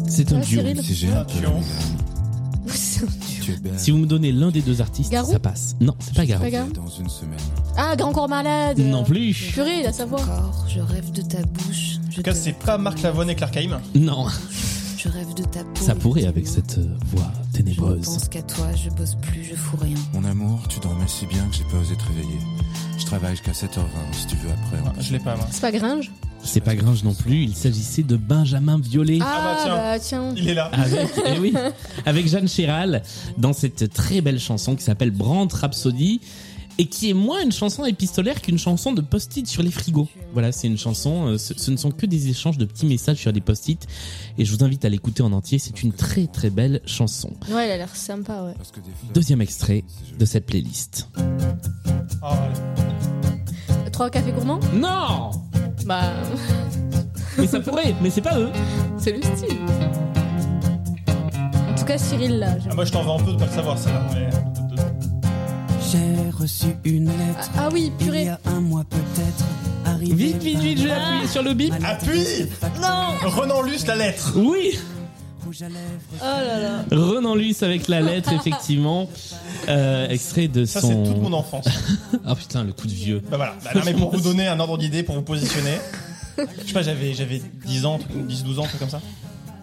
Speaker 2: C'est un
Speaker 4: Ah,
Speaker 2: duo.
Speaker 4: Cyril.
Speaker 9: Si j'ai un peu.
Speaker 3: Attention.
Speaker 9: Tu es belle.
Speaker 2: Si vous me donnez l'un des deux artistes,
Speaker 4: Garou
Speaker 2: ça passe. Non, c'est pas Garou.
Speaker 4: Pas Garou.
Speaker 9: Dans une semaine.
Speaker 4: Ah, grand corps malade.
Speaker 2: Non plus.
Speaker 4: Purée, il a sa voix.
Speaker 8: Encore, je rêve de ta bouche. Je
Speaker 3: En tout cas, c'est pas Marc Lavoine et Clark Haim.
Speaker 2: Non,
Speaker 8: Je rêve de ta peau.
Speaker 2: ça pourrait
Speaker 8: et de
Speaker 2: avec
Speaker 8: moi.
Speaker 2: cette euh, voix
Speaker 8: Je ne
Speaker 2: ténébreuse.
Speaker 8: pense qu'à toi, je bosse plus, je fous rien.
Speaker 9: Mon amour, tu dormais si bien que j'ai pas osé te réveiller. Je travaille jusqu'à 7h20 si tu veux après. on-
Speaker 3: Ah, Je l'ai pas, moi.
Speaker 4: C'est pas Gringe
Speaker 2: C'est pas Gringe non plus, il s'agissait de Benjamin Violet.
Speaker 4: Ah,
Speaker 3: bah,
Speaker 4: bah tiens.
Speaker 3: Il est là.
Speaker 2: Avec, eh oui, avec Jeanne Chéral dans cette très belle chanson qui s'appelle Brand Rhapsody et qui est moins une chanson épistolaire qu'une chanson de post-it sur les frigos. Voilà, c'est une chanson, euh, ce, ce ne sont que des échanges de petits messages sur des post-it et je vous invite à l'écouter en entier, c'est une très très belle chanson.
Speaker 4: Ouais, il a l'air sympa, ouais.
Speaker 9: Parce que des fleurs-
Speaker 2: Deuxième extrait de cette playlist.
Speaker 3: Ah, voilà.
Speaker 4: Trois cafés gourmands
Speaker 2: Non
Speaker 4: Bah,
Speaker 2: Mais ça pourrait, mais c'est pas eux.
Speaker 4: c'est le style. En tout cas, Cyril, là. je-
Speaker 3: Ah, moi, je t'en veux un peu de pas le savoir, ça. là, mais-
Speaker 6: J'ai reçu une lettre.
Speaker 4: Ah oui,
Speaker 6: Il y
Speaker 4: purée.
Speaker 6: a un mois peut-être. Arrivé
Speaker 2: Vite, vite, vite, je vais appuyer sur le bip.
Speaker 3: Appuie
Speaker 4: Non
Speaker 3: Renan Luce, la lettre
Speaker 2: Oui
Speaker 6: Rouge à lèvres.
Speaker 4: Oh là là.
Speaker 2: Renan Luce avec la lettre, effectivement. Euh, extrait de
Speaker 3: Ça, c'est
Speaker 2: son.
Speaker 3: toute mon enfance.
Speaker 2: Ah putain, le coup de vieux.
Speaker 3: Bah voilà. Bah, non, mais pour vous donner un ordre d'idée, pour vous positionner. Je sais pas, j'avais j'avais 10 ans, 10-12 ans, truc comme ça.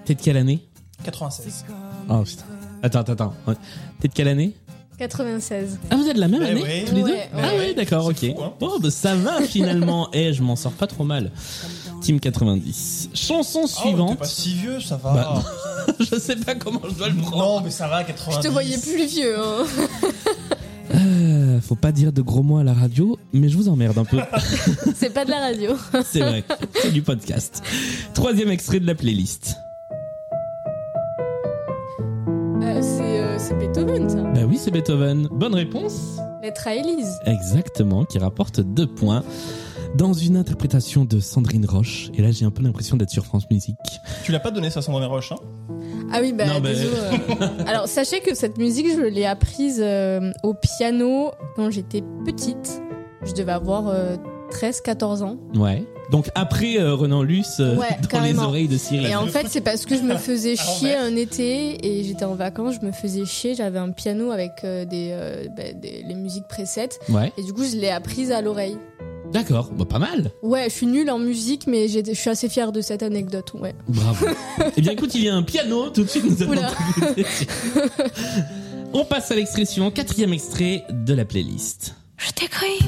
Speaker 2: T'es de quelle année
Speaker 3: 96.
Speaker 2: Oh putain. Attends, attends, attends. Ouais. T'es de quelle année
Speaker 4: 96.
Speaker 2: Ah, vous êtes de la même
Speaker 3: Eh
Speaker 2: année
Speaker 3: oui.
Speaker 2: Tous les deux
Speaker 4: Ouais,
Speaker 2: Ah
Speaker 3: ouais.
Speaker 2: oui, d'accord, ok.
Speaker 3: C'est fou, hein.
Speaker 2: Bon, bah, ça va finalement. Eh, je m'en sors pas trop mal. Team 90. Chanson
Speaker 3: Oh, t'es pas
Speaker 2: suivante.
Speaker 3: si vieux, ça va.
Speaker 2: Bah, je sais pas comment je dois le prendre.
Speaker 3: non, mais ça va, 90.
Speaker 4: Je te voyais plus vieux, hein.
Speaker 2: Euh, faut pas dire de gros mots à la radio, mais je vous emmerde un peu.
Speaker 4: C'est pas de la radio.
Speaker 2: C'est vrai. C'est du podcast. Troisième extrait de la playlist.
Speaker 4: Euh, c'est euh, c'est Beethoven, ça.
Speaker 2: Bah oui, c'est Beethoven. Bonne réponse.
Speaker 4: Lettre à Élise.
Speaker 2: Exactement, qui rapporte deux points dans une interprétation de Sandrine Roche. Et là, j'ai un peu l'impression d'être sur France Musique.
Speaker 3: Tu l'as pas donné, ça, Sandrine Roche. Hein
Speaker 4: Ah oui, bah,
Speaker 2: Non, bah-
Speaker 4: désolé. euh. Alors, sachez que cette musique, je l'ai apprise euh, au piano quand j'étais petite. Je devais avoir 13-14 ans.
Speaker 2: Ouais. Donc après euh, Renan Luce, euh,
Speaker 4: Ouais,
Speaker 2: dans
Speaker 4: carrément.
Speaker 2: les oreilles de Cyril.
Speaker 4: Et en fait, c'est parce que je me faisais
Speaker 2: Ah,
Speaker 3: Alors,
Speaker 4: chier
Speaker 3: bah.
Speaker 4: un été et j'étais en vacances, je me faisais chier, j'avais un piano avec euh, des, euh, bah, des- les musiques presets
Speaker 2: Ouais.
Speaker 4: et du coup, je l'ai apprise à l'oreille.
Speaker 2: D'accord, bah pas mal.
Speaker 4: Ouais, je suis nulle en musique, mais j'ai- je suis assez fière de cette anecdote. Ouais.
Speaker 2: Bravo. eh bien écoute, il y a un piano, tout de suite nous allons...
Speaker 4: Oula.
Speaker 2: On passe à l'extrait suivant, quatrième extrait de la playlist.
Speaker 10: Je t'écris.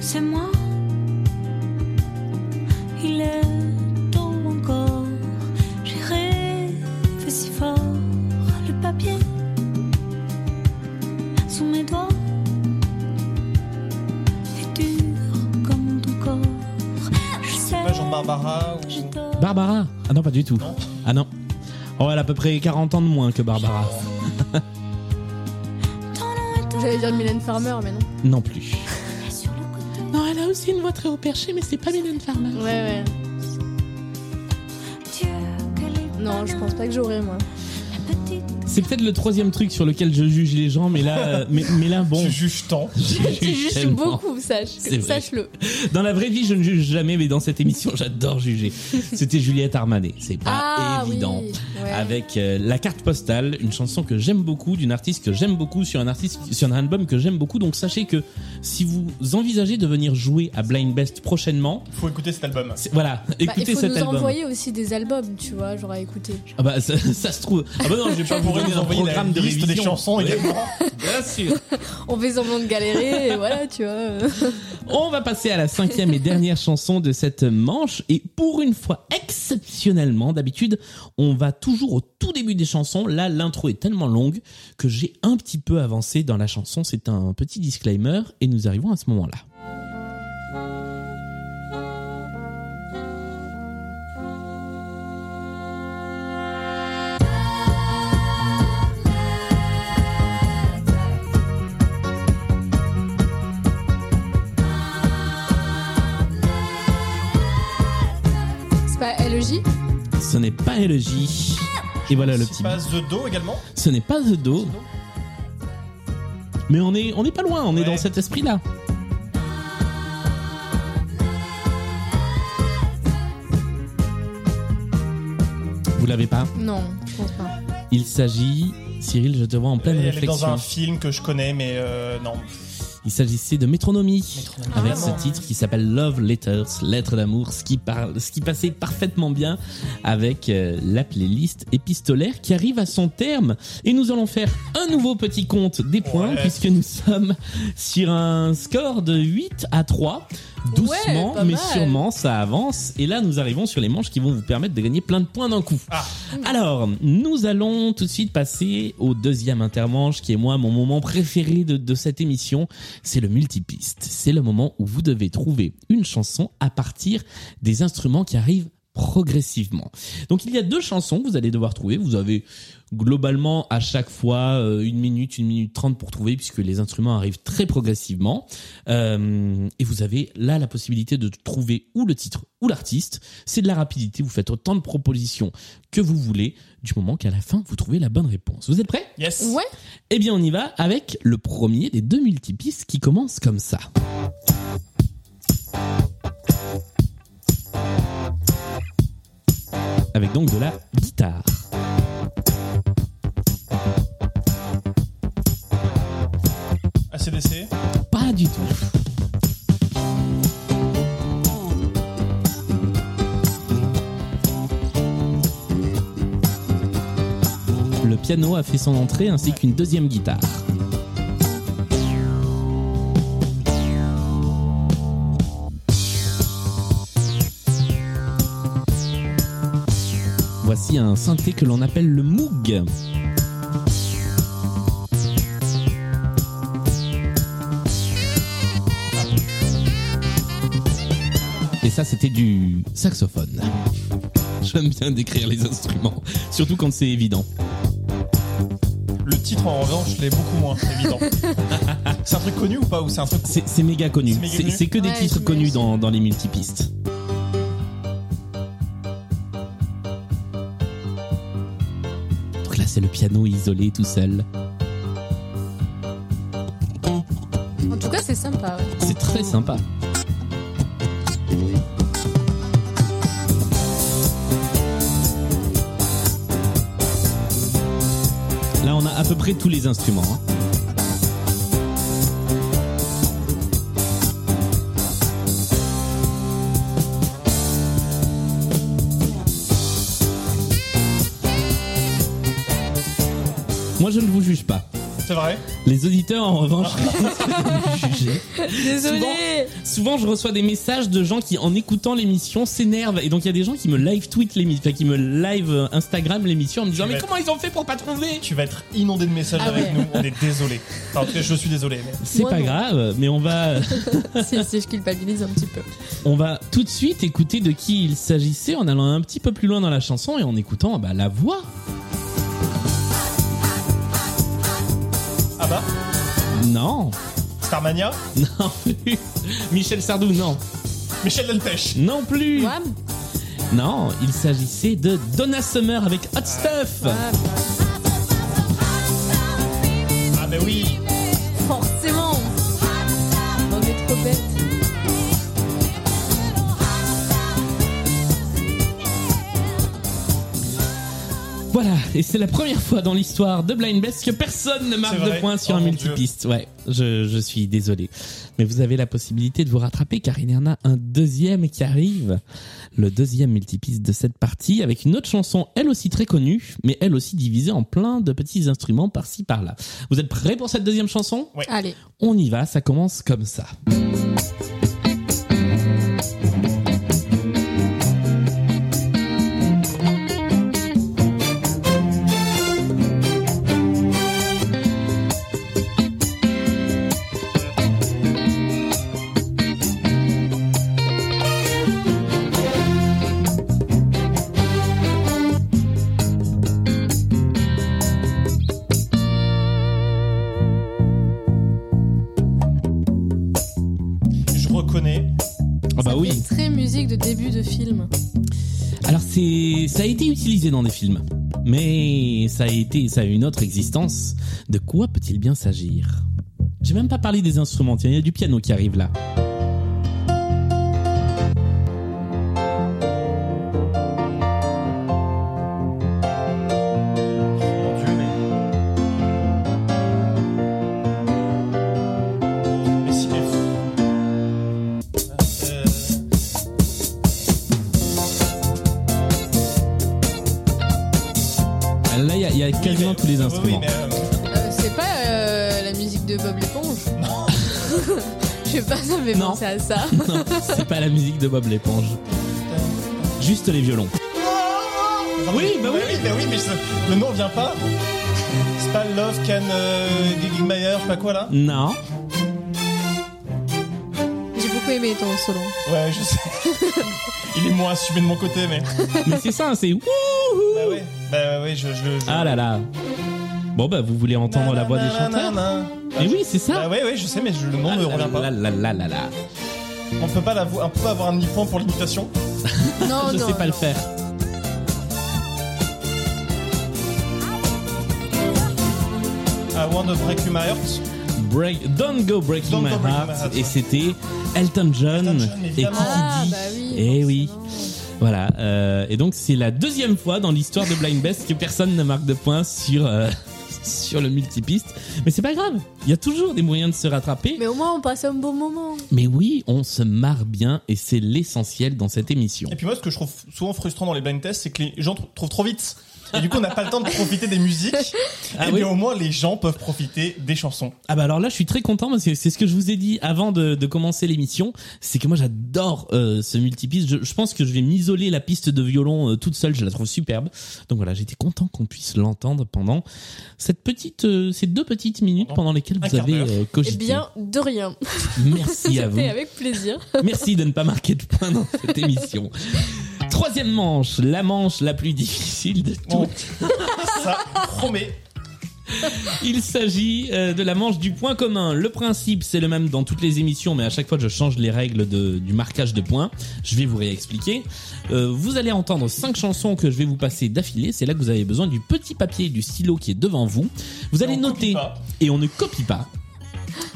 Speaker 10: C'est moi. Il est tôt encore. J'ai rêvé si fort. Le papier sous mes doigts est dur comme ton corps. Je sais.
Speaker 3: Pas Jean-Barbara
Speaker 10: J'ai
Speaker 3: ou...
Speaker 10: tort.
Speaker 2: Barbara Ah non, pas du tout.
Speaker 3: Non.
Speaker 2: Ah non. Oh, elle a à peu près 40 ans de moins que Barbara.
Speaker 4: J'allais dire Mylène Farmer, mais non.
Speaker 2: Non plus.
Speaker 10: Sur le côté.
Speaker 2: Non, elle a aussi une voix très haut perché, mais c'est pas Mylène Farmer.
Speaker 4: Ouais, ouais.
Speaker 10: Dieu, quelle est
Speaker 4: Non, je pense pas que j'aurais, moi.
Speaker 10: la petite
Speaker 2: C'est peut-être le troisième truc sur lequel je juge les gens, mais là, euh, mais, mais là bon.
Speaker 3: Tu juges tant.
Speaker 2: je
Speaker 4: Tu
Speaker 2: juge
Speaker 4: juges
Speaker 2: tellement.
Speaker 4: beaucoup, sache.
Speaker 2: C'est vrai.
Speaker 4: Sache-le.
Speaker 2: Dans la vraie vie, je ne juge jamais, mais dans cette émission, j'adore juger. C'était Juliette Armanet, c'est pas
Speaker 4: Ah, oui.
Speaker 2: évident.
Speaker 4: Ouais.
Speaker 2: Avec euh, la carte postale, une chanson que j'aime beaucoup, d'une artiste que j'aime beaucoup, sur un artiste, sur un album que j'aime beaucoup. Donc sachez que si vous envisagez de venir jouer à Blind Best prochainement,
Speaker 3: Faut écouter cet album.
Speaker 2: c'est- voilà,
Speaker 4: Bah,
Speaker 2: écoutez
Speaker 4: il faut
Speaker 2: cet
Speaker 4: nous
Speaker 2: album.
Speaker 4: envoyer aussi des albums, tu vois, genre à écouter.
Speaker 2: Ah bah ça, ça se trouve. Ah bah non, je vais pas vous
Speaker 3: Pourrait
Speaker 2: donner
Speaker 3: nous
Speaker 2: un
Speaker 3: envoyer la
Speaker 2: programme de
Speaker 3: liste
Speaker 2: révision
Speaker 3: des chansons
Speaker 2: Ouais,
Speaker 3: également.
Speaker 2: Bien sûr.
Speaker 4: On fait semblant de galérer, et voilà, tu vois.
Speaker 2: On va passer à la cinquième et dernière chanson de cette manche. Et pour une fois, exceptionnellement, d'habitude, on va toujours au tout début des chansons. Là, l'intro est tellement longue que j'ai un petit peu avancé dans la chanson. C'est un petit disclaimer et nous arrivons à ce moment-là.
Speaker 4: C'est pas E LEJ
Speaker 2: Ce n'est pas élogie. Et voilà le
Speaker 3: C'est
Speaker 2: petit. Oh,
Speaker 3: pas The Do également
Speaker 2: Ce n'est pas The Do. Mais on est, on est pas loin, on est
Speaker 3: Ouais.
Speaker 2: dans cet esprit-là. Vous l'avez pas
Speaker 4: Non, je pense pas.
Speaker 2: Il s'agit, Cyril, je te vois en pleine
Speaker 3: Elle est dans
Speaker 2: réflexion.
Speaker 3: un film que je connais, mais euh, non.
Speaker 2: Il s'agissait de Métronomie,
Speaker 3: Métronomie.
Speaker 2: avec
Speaker 4: Ah,
Speaker 2: ce
Speaker 4: vraiment.
Speaker 2: titre qui s'appelle Love Letters, Lettres d'amour, ce qui parle, ce qui passait parfaitement bien avec euh, la playlist épistolaire qui arrive à son terme. Et nous allons faire un nouveau petit compte des points
Speaker 3: Ouais.
Speaker 2: puisque nous sommes sur un score de 8 à 3. Doucement,
Speaker 4: Ouais, pas
Speaker 2: mais
Speaker 4: mal.
Speaker 2: sûrement, ça avance. Et là, nous arrivons sur les manches qui vont vous permettre de gagner plein de points d'un coup.
Speaker 3: Ah.
Speaker 2: Alors, nous allons tout de suite passer au deuxième intermanche, qui est moi mon moment préféré de, de cette émission. C'est le multipiste. C'est le moment où vous devez trouver une chanson à partir des instruments qui arrivent progressivement. Donc il y a deux chansons que vous allez devoir trouver. Vous avez globalement à chaque fois euh, une minute, une minute trente pour trouver puisque les instruments arrivent très progressivement. Euh, et vous avez là la possibilité de trouver ou le titre ou l'artiste. C'est de la rapidité. Vous faites autant de propositions que vous voulez du moment qu'à la fin vous trouvez la bonne réponse. Vous êtes prêts
Speaker 3: Yes.
Speaker 4: Ouais,
Speaker 2: Eh bien on y va avec le premier des deux multipistes qui commence comme ça. Avec donc de la guitare.
Speaker 3: ACDC.
Speaker 2: Pas du tout. Le piano a fait son entrée ainsi qu'une deuxième guitare. Voici un synthé que l'on appelle le Moog. Et ça, c'était du saxophone. J'aime bien décrire les instruments, surtout quand c'est évident.
Speaker 3: Le titre en revanche, je l'ai beaucoup moins évident. c'est un truc connu ou pas Ou c'est un truc.
Speaker 2: C'est c'est méga connu.
Speaker 3: C'est méga
Speaker 2: C'est
Speaker 3: connu
Speaker 2: c'est que des
Speaker 4: Ouais,
Speaker 2: titres
Speaker 4: j'imagine.
Speaker 2: connus dans, dans les multipistes. Donc là, c'est le piano isolé tout seul.
Speaker 4: en tout cas, c'est sympa. ouais.
Speaker 2: C'est très sympa. Là, on a à peu près tous les instruments. hein. Moi, je ne vous juge pas.
Speaker 3: C'est vrai
Speaker 2: Les auditeurs, en revanche, je pense que je vais vous juger.
Speaker 4: Désolée.
Speaker 2: Souvent, je reçois des messages de gens qui, en écoutant l'émission, s'énervent. Et donc, il y a des gens qui me live tweet l'émission, enfin, qui me live euh, Instagram l'émission en me disant
Speaker 3: Tu
Speaker 2: Mais
Speaker 3: vas-
Speaker 2: comment ils ont fait pour pas trouver
Speaker 3: Tu vas être inondé de messages
Speaker 4: Ah
Speaker 3: avec
Speaker 4: ouais.
Speaker 3: nous. On est désolé. Enfin, en tout cas, je suis désolé. mais-
Speaker 2: C'est
Speaker 4: Moi,
Speaker 2: pas
Speaker 4: non.
Speaker 2: grave, mais on va,
Speaker 4: si, si, je culpabilise un petit peu.
Speaker 2: on va tout de suite écouter de qui il s'agissait en allant un petit peu plus loin dans la chanson et en écoutant bah, la voix.
Speaker 3: Ah bah,
Speaker 2: Non,
Speaker 3: Starmania,
Speaker 2: non plus. Michel Sardou, non,
Speaker 3: Michel Delpech.
Speaker 2: non plus.
Speaker 4: Wham
Speaker 2: Non, il s'agissait de Donna Summer avec Hot Stuff.
Speaker 3: Ah bah oui.
Speaker 4: Forcément On est trop bête.
Speaker 2: Voilà, et c'est la première fois dans l'histoire de Blind Best que personne ne marque
Speaker 3: C'est
Speaker 2: de
Speaker 3: vrai.
Speaker 2: points sur
Speaker 3: Oh
Speaker 2: un
Speaker 3: mon
Speaker 2: multipiste. Ouais, je, je suis désolé. Mais vous avez la possibilité de vous rattraper car il y en a un deuxième qui arrive. Le deuxième multipiste de cette partie avec une autre chanson, elle aussi très connue, mais elle aussi divisée en plein de petits instruments par-ci par-là. Vous êtes prêts pour cette deuxième chanson
Speaker 4: Allez,
Speaker 2: On y va, ça commence comme ça.
Speaker 3: Je reconnais.
Speaker 2: Ah bah oui.
Speaker 4: très musique de début de film.
Speaker 2: Alors c'est ça a été utilisé dans des films, mais ça a été ça a une autre existence. De quoi peut-il bien s'agir J'ai même pas parlé des instruments. Tiens, il y a du piano qui arrive là.
Speaker 3: Mon Dieu, mais... Mais si les fous. Euh,
Speaker 2: Là, il y a, il y a quasiment
Speaker 3: mais-
Speaker 2: tous les
Speaker 3: oui,
Speaker 2: instruments.
Speaker 3: Oui, mais, euh,
Speaker 4: Euh, c'est pas euh, la musique de Bob l'éponge Je sais pas, ça me fait
Speaker 2: Non.
Speaker 4: penser à ça.
Speaker 2: Non, c'est pas la musique de Bob l'éponge. Juste les violons.
Speaker 3: Enfin,
Speaker 2: Oui,
Speaker 3: mais-
Speaker 2: bah
Speaker 3: mais
Speaker 2: oui.
Speaker 3: mais oui, mais je- le nom vient pas. C'est pas Love Can euh, Gigmayer, je sais pas quoi là
Speaker 2: Non.
Speaker 4: J'ai beaucoup aimé ton solo.
Speaker 3: Ouais, je sais. Il est moins assumé de mon côté, mais.
Speaker 2: Mais c'est ça, c'est wouhou
Speaker 3: Bah ouais, bah ouais, je. je, je-
Speaker 2: Ah là là. Bon bah vous voulez entendre la voix des chanteurs Mais oui, c'est
Speaker 3: Bah
Speaker 2: ça. Ah,
Speaker 3: ouais, ouais, je sais, mais je- le nom ne revient pas.
Speaker 2: Là, là, là, là, là.
Speaker 3: On peut pas, la vo- on peut pas avoir un demi-point pour l'imitation.
Speaker 4: Non,
Speaker 2: Je
Speaker 4: Oh non.
Speaker 2: sais pas le
Speaker 4: non.
Speaker 2: faire.
Speaker 3: I want to break you my heart.
Speaker 2: Break, Don't Go Breaking
Speaker 3: Don't
Speaker 2: My
Speaker 3: Go Breaking
Speaker 2: Heart,
Speaker 3: My Heart,
Speaker 2: et
Speaker 3: ouais.
Speaker 2: c'était Elton John,
Speaker 3: Elton John,
Speaker 2: et
Speaker 3: évidemment.
Speaker 4: Ah,
Speaker 2: Kiki Dee.
Speaker 4: bah oui.
Speaker 2: Eh oui.
Speaker 4: forcément.
Speaker 2: Voilà, euh, et donc c'est la deuxième fois dans l'histoire de Blind Best que personne ne marque de points sur, euh, sur le multipiste. Mais c'est pas grave, il y a toujours des moyens de se rattraper.
Speaker 4: Mais au moins, on passe un bon moment.
Speaker 2: Mais oui, on se marre bien et c'est l'essentiel dans cette émission.
Speaker 3: Et puis moi, ce que je trouve souvent frustrant dans les blind tests, c'est que les gens tr- trouvent trop vite. Et du coup, on n'a pas le temps de profiter des musiques.
Speaker 2: Ah
Speaker 3: et
Speaker 2: oui.
Speaker 3: bien au moins, les gens peuvent profiter des chansons.
Speaker 2: Ah bah alors là, je suis très content parce que c'est ce que je vous ai dit avant de, de commencer l'émission, c'est que moi j'adore euh, ce multipiste. Je, je pense que je vais m'isoler la piste de violon euh, toute seule, je la trouve superbe. Donc voilà, j'étais content qu'on puisse l'entendre pendant cette petite, euh, ces deux petites minutes pendant lesquelles
Speaker 3: Un
Speaker 2: vous
Speaker 3: quart
Speaker 2: avez
Speaker 3: d'heure.
Speaker 2: euh,
Speaker 4: Eh
Speaker 2: cogité.
Speaker 4: bien, de rien.
Speaker 2: Merci à vous.
Speaker 4: C'était euh, avec plaisir.
Speaker 2: Merci de ne pas marquer de points dans cette émission. Troisième manche, la manche la plus difficile de toutes.
Speaker 3: Bon, ça promet.
Speaker 2: Il s'agit euh, de la manche du point commun. Le principe, c'est le même dans toutes les émissions, mais à chaque fois, je change les règles de- du marquage de points. Je vais vous réexpliquer. Euh, vous allez entendre cinq chansons que je vais vous passer d'affilée. C'est là que vous avez besoin du petit papier et du stylo qui est devant vous. Vous allez
Speaker 3: on copie
Speaker 2: noter
Speaker 3: pas.
Speaker 2: et on ne copie pas.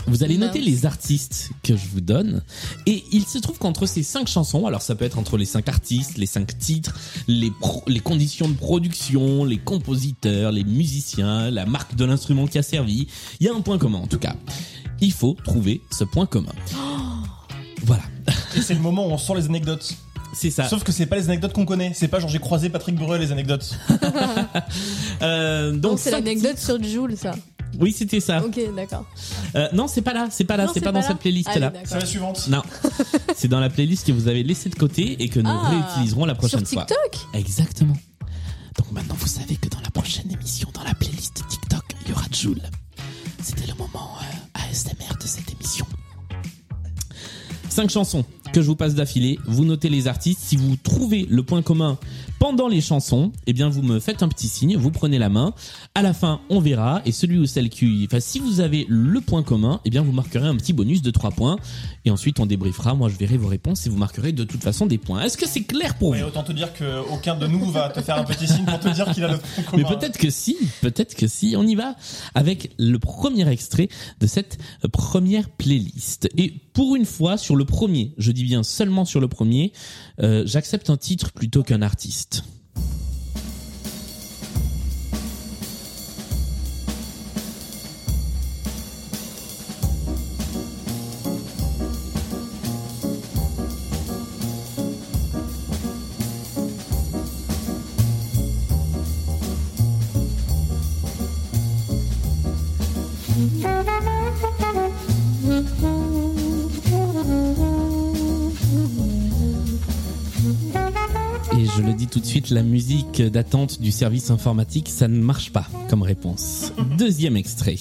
Speaker 2: Vous allez noter
Speaker 4: Mince.
Speaker 2: les artistes que je vous donne. Et il se trouve qu'entre ces cinq chansons, alors ça peut être entre les cinq artistes, les cinq titres, les, pro- les conditions de production, les compositeurs, les musiciens, la marque de l'instrument qui a servi, il y a un point commun en tout cas. Il
Speaker 4: Oh.
Speaker 2: faut trouver ce point commun. Voilà.
Speaker 3: Et c'est le moment où on sort les anecdotes.
Speaker 2: C'est ça.
Speaker 3: Sauf que c'est pas les anecdotes qu'on connaît. C'est pas genre j'ai croisé Patrick Bruel les anecdotes.
Speaker 2: Euh, donc,
Speaker 4: Donc c'est l'anecdote sur Jules, ça.
Speaker 2: Oui, c'était ça.
Speaker 4: Ok, d'accord.
Speaker 2: Euh, non, c'est pas là, c'est pas là,
Speaker 4: Non,
Speaker 2: Ah. c'est
Speaker 4: c'est
Speaker 2: pas,
Speaker 4: pas
Speaker 2: dans
Speaker 4: là.
Speaker 2: cette playlist là.
Speaker 4: Allez, d'accord. C'est la
Speaker 3: suivante.
Speaker 2: Non, c'est dans la playlist que vous avez laissée de côté et que nous
Speaker 4: Ah,
Speaker 2: réutiliserons la prochaine
Speaker 4: sur
Speaker 2: fois.
Speaker 4: TikTok
Speaker 2: Exactement. Donc maintenant, vous savez que dans la prochaine émission, dans la playlist TikTok, il y aura Joule. C'était le moment euh, ASMR de cette émission. Cinq chansons que je vous passe d'affilée. Vous notez les artistes. Si vous trouvez le point commun pendant les chansons, eh bien vous me faites un petit signe, vous prenez la main. À la fin, on verra. Et celui ou celle qui, enfin, si vous avez le point commun, eh bien vous marquerez un petit bonus de 3 points. Et ensuite, on débriefera. Moi, je verrai vos réponses et vous marquerez de toute façon des points. Est-ce que c'est clair pour
Speaker 3: Et
Speaker 2: vous
Speaker 3: autant te dire qu'aucun de nous va te faire un petit signe pour te dire qu'il a notre point
Speaker 2: Mais
Speaker 3: commun.
Speaker 2: peut-être que si, peut-être que si. On y va avec le premier extrait de cette euh, première playlist. Et pour une fois, sur le premier, je dis bien seulement sur le premier, euh, j'accepte un titre plutôt qu'un artiste. Et je le dis tout de suite, la musique d'attente du service informatique, ça ne marche pas comme réponse. Deuxième extrait.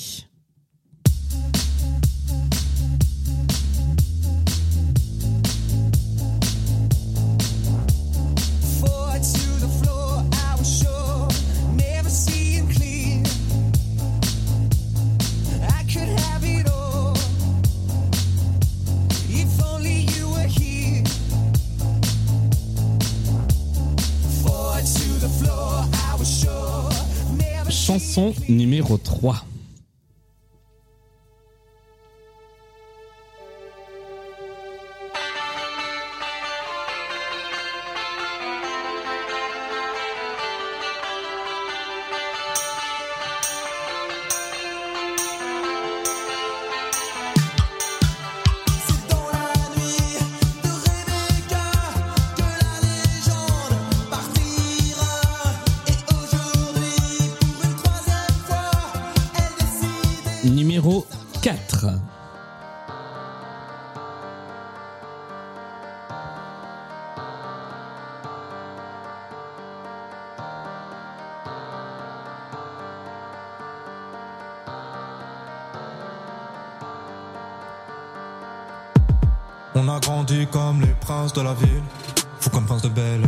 Speaker 11: Forward to the floor, I was sure, never seeing clear. I could have it all if only you were here. Forward to the floor, I was sure, never
Speaker 2: Chanson numéro 3. Numéro 4.
Speaker 7: On a grandi comme les princes de la ville, fou comme prince de Belle.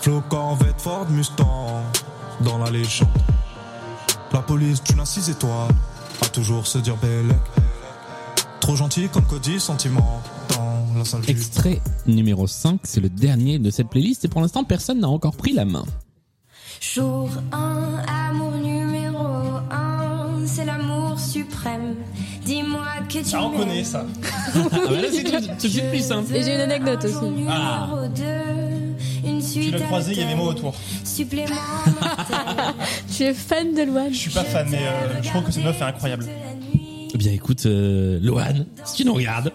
Speaker 7: Flo Corvette, Ford Mustang, dans la légende. La police d'une assise étoile, à toujours se dire belle. Trop gentil comme Cody, sentiment, dans la salle du
Speaker 2: Extrait numéro 5, c'est le dernier de cette playlist et pour l'instant, personne n'a encore pris la main.
Speaker 12: Jour 1, amour numéro 1, c'est l'amour suprême. Dis-moi que tu
Speaker 3: Ah, on
Speaker 12: m'aimes.
Speaker 3: connaît ça.
Speaker 2: Ah bah là, c'est tout- tout de suite plus simple.
Speaker 12: Et j'ai une anecdote aussi.
Speaker 2: Ah.
Speaker 12: Numéro 2, une suite.
Speaker 3: Tu l'as croisé, il y avait moi autour.
Speaker 12: Supplément.
Speaker 4: Tu es fan de Loane Je
Speaker 3: suis pas fan, mais euh, je trouve que cette meuf est incroyable.
Speaker 2: Eh bien écoute, euh, Lohan, si tu nous regardes,